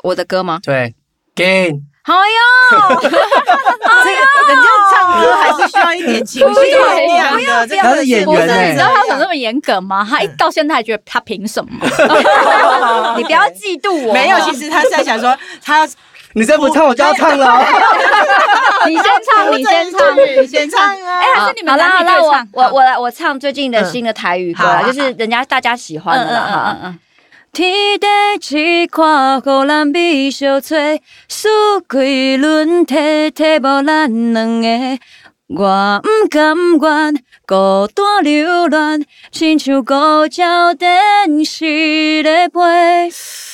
S4: 我的歌吗？
S1: 对，Game，
S4: 好哟，
S2: 这个人家唱歌哦还是需要一点情绪力量的，这
S4: 不要
S2: 个
S1: 啊他是演
S5: 我
S1: 员欸
S5: 真
S2: 欸
S5: 的，你知
S1: 呢
S5: 道，他有那么严格吗？他一到现在还觉得他凭什么？
S4: 你不要嫉妒我，
S2: 没有，其实他是在想说，他
S1: 你再不唱我就要唱了 哦。
S5: 你先 唱， 你先唱，你先唱。
S2: 啊
S5: 哎，还是你
S4: 好
S5: 们
S4: 啦
S5: 男
S4: 好
S5: 女
S4: 啦，
S5: 对
S4: 我
S5: 唱
S4: 我我来我唱最近的
S2: 嗯
S4: 新的台语歌
S2: 好
S4: 啦，
S2: 啊
S4: 就是人家大家喜欢的啦哈。
S5: 嗯
S4: 天地试看，互咱美相揣，四季轮替，替无咱两个。我毋甘愿孤单流浪，亲像孤鸟电视咧飞。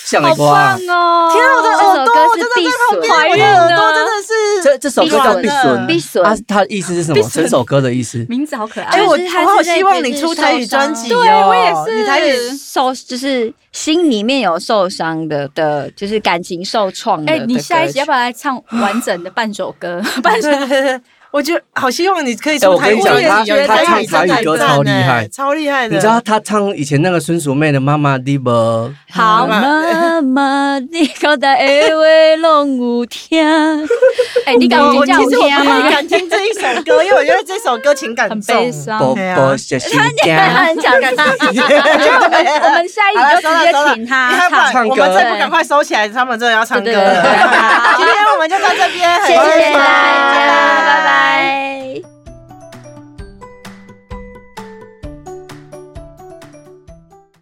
S1: 向
S4: 好
S1: 你瓜
S4: 棒，哦！天啊，我的
S2: 耳朵
S4: 这首歌是必
S2: 我
S4: 损，
S2: 的耳朵真的是，
S1: 这这首歌叫《必损
S4: 必》，损
S1: 啊，它的意思是什么？整首歌的意思。
S5: 名字好可
S2: 哎，
S5: 爱。
S2: 我
S4: 就是他是
S2: 我好希望你出台语专辑哦，
S5: 对我也是
S2: 你台语
S4: 受就是心里面有受伤的的，就是感情受创的。
S5: 哎，你
S4: 的歌
S5: 下一集
S4: 曲
S5: 要不要来唱完整的半首歌？ 半首
S2: 我觉得好希望你可以出台语专辑，
S1: 哎我跟你讲
S2: 有人
S1: 他
S2: 在
S1: 他
S2: 你
S1: 唱
S2: 这
S1: 台语歌超厉害
S2: 超厉害的，
S1: 你知道他唱以前那个孙淑妹的《妈妈的不》，
S5: 好
S4: 妈妈，你口袋的话拢有听，
S5: 哎，你敢
S2: 我
S5: 不
S2: 我其
S5: 叫
S2: 实我
S5: 天
S2: 不
S5: 啊
S2: 太？敢听这一首歌，因为我觉得这首歌情感
S5: 很
S2: 重
S5: 悲伤
S1: 波
S2: 对啊
S1: 波小心肝，
S4: 很想看他。
S5: 我们下一集就直接请他
S2: 要
S5: 唱。
S2: 不然我们再不赶快收起来，他们真的要唱歌
S5: 对对对
S2: 了。今天我们就到这边，
S4: 谢谢
S2: 很开心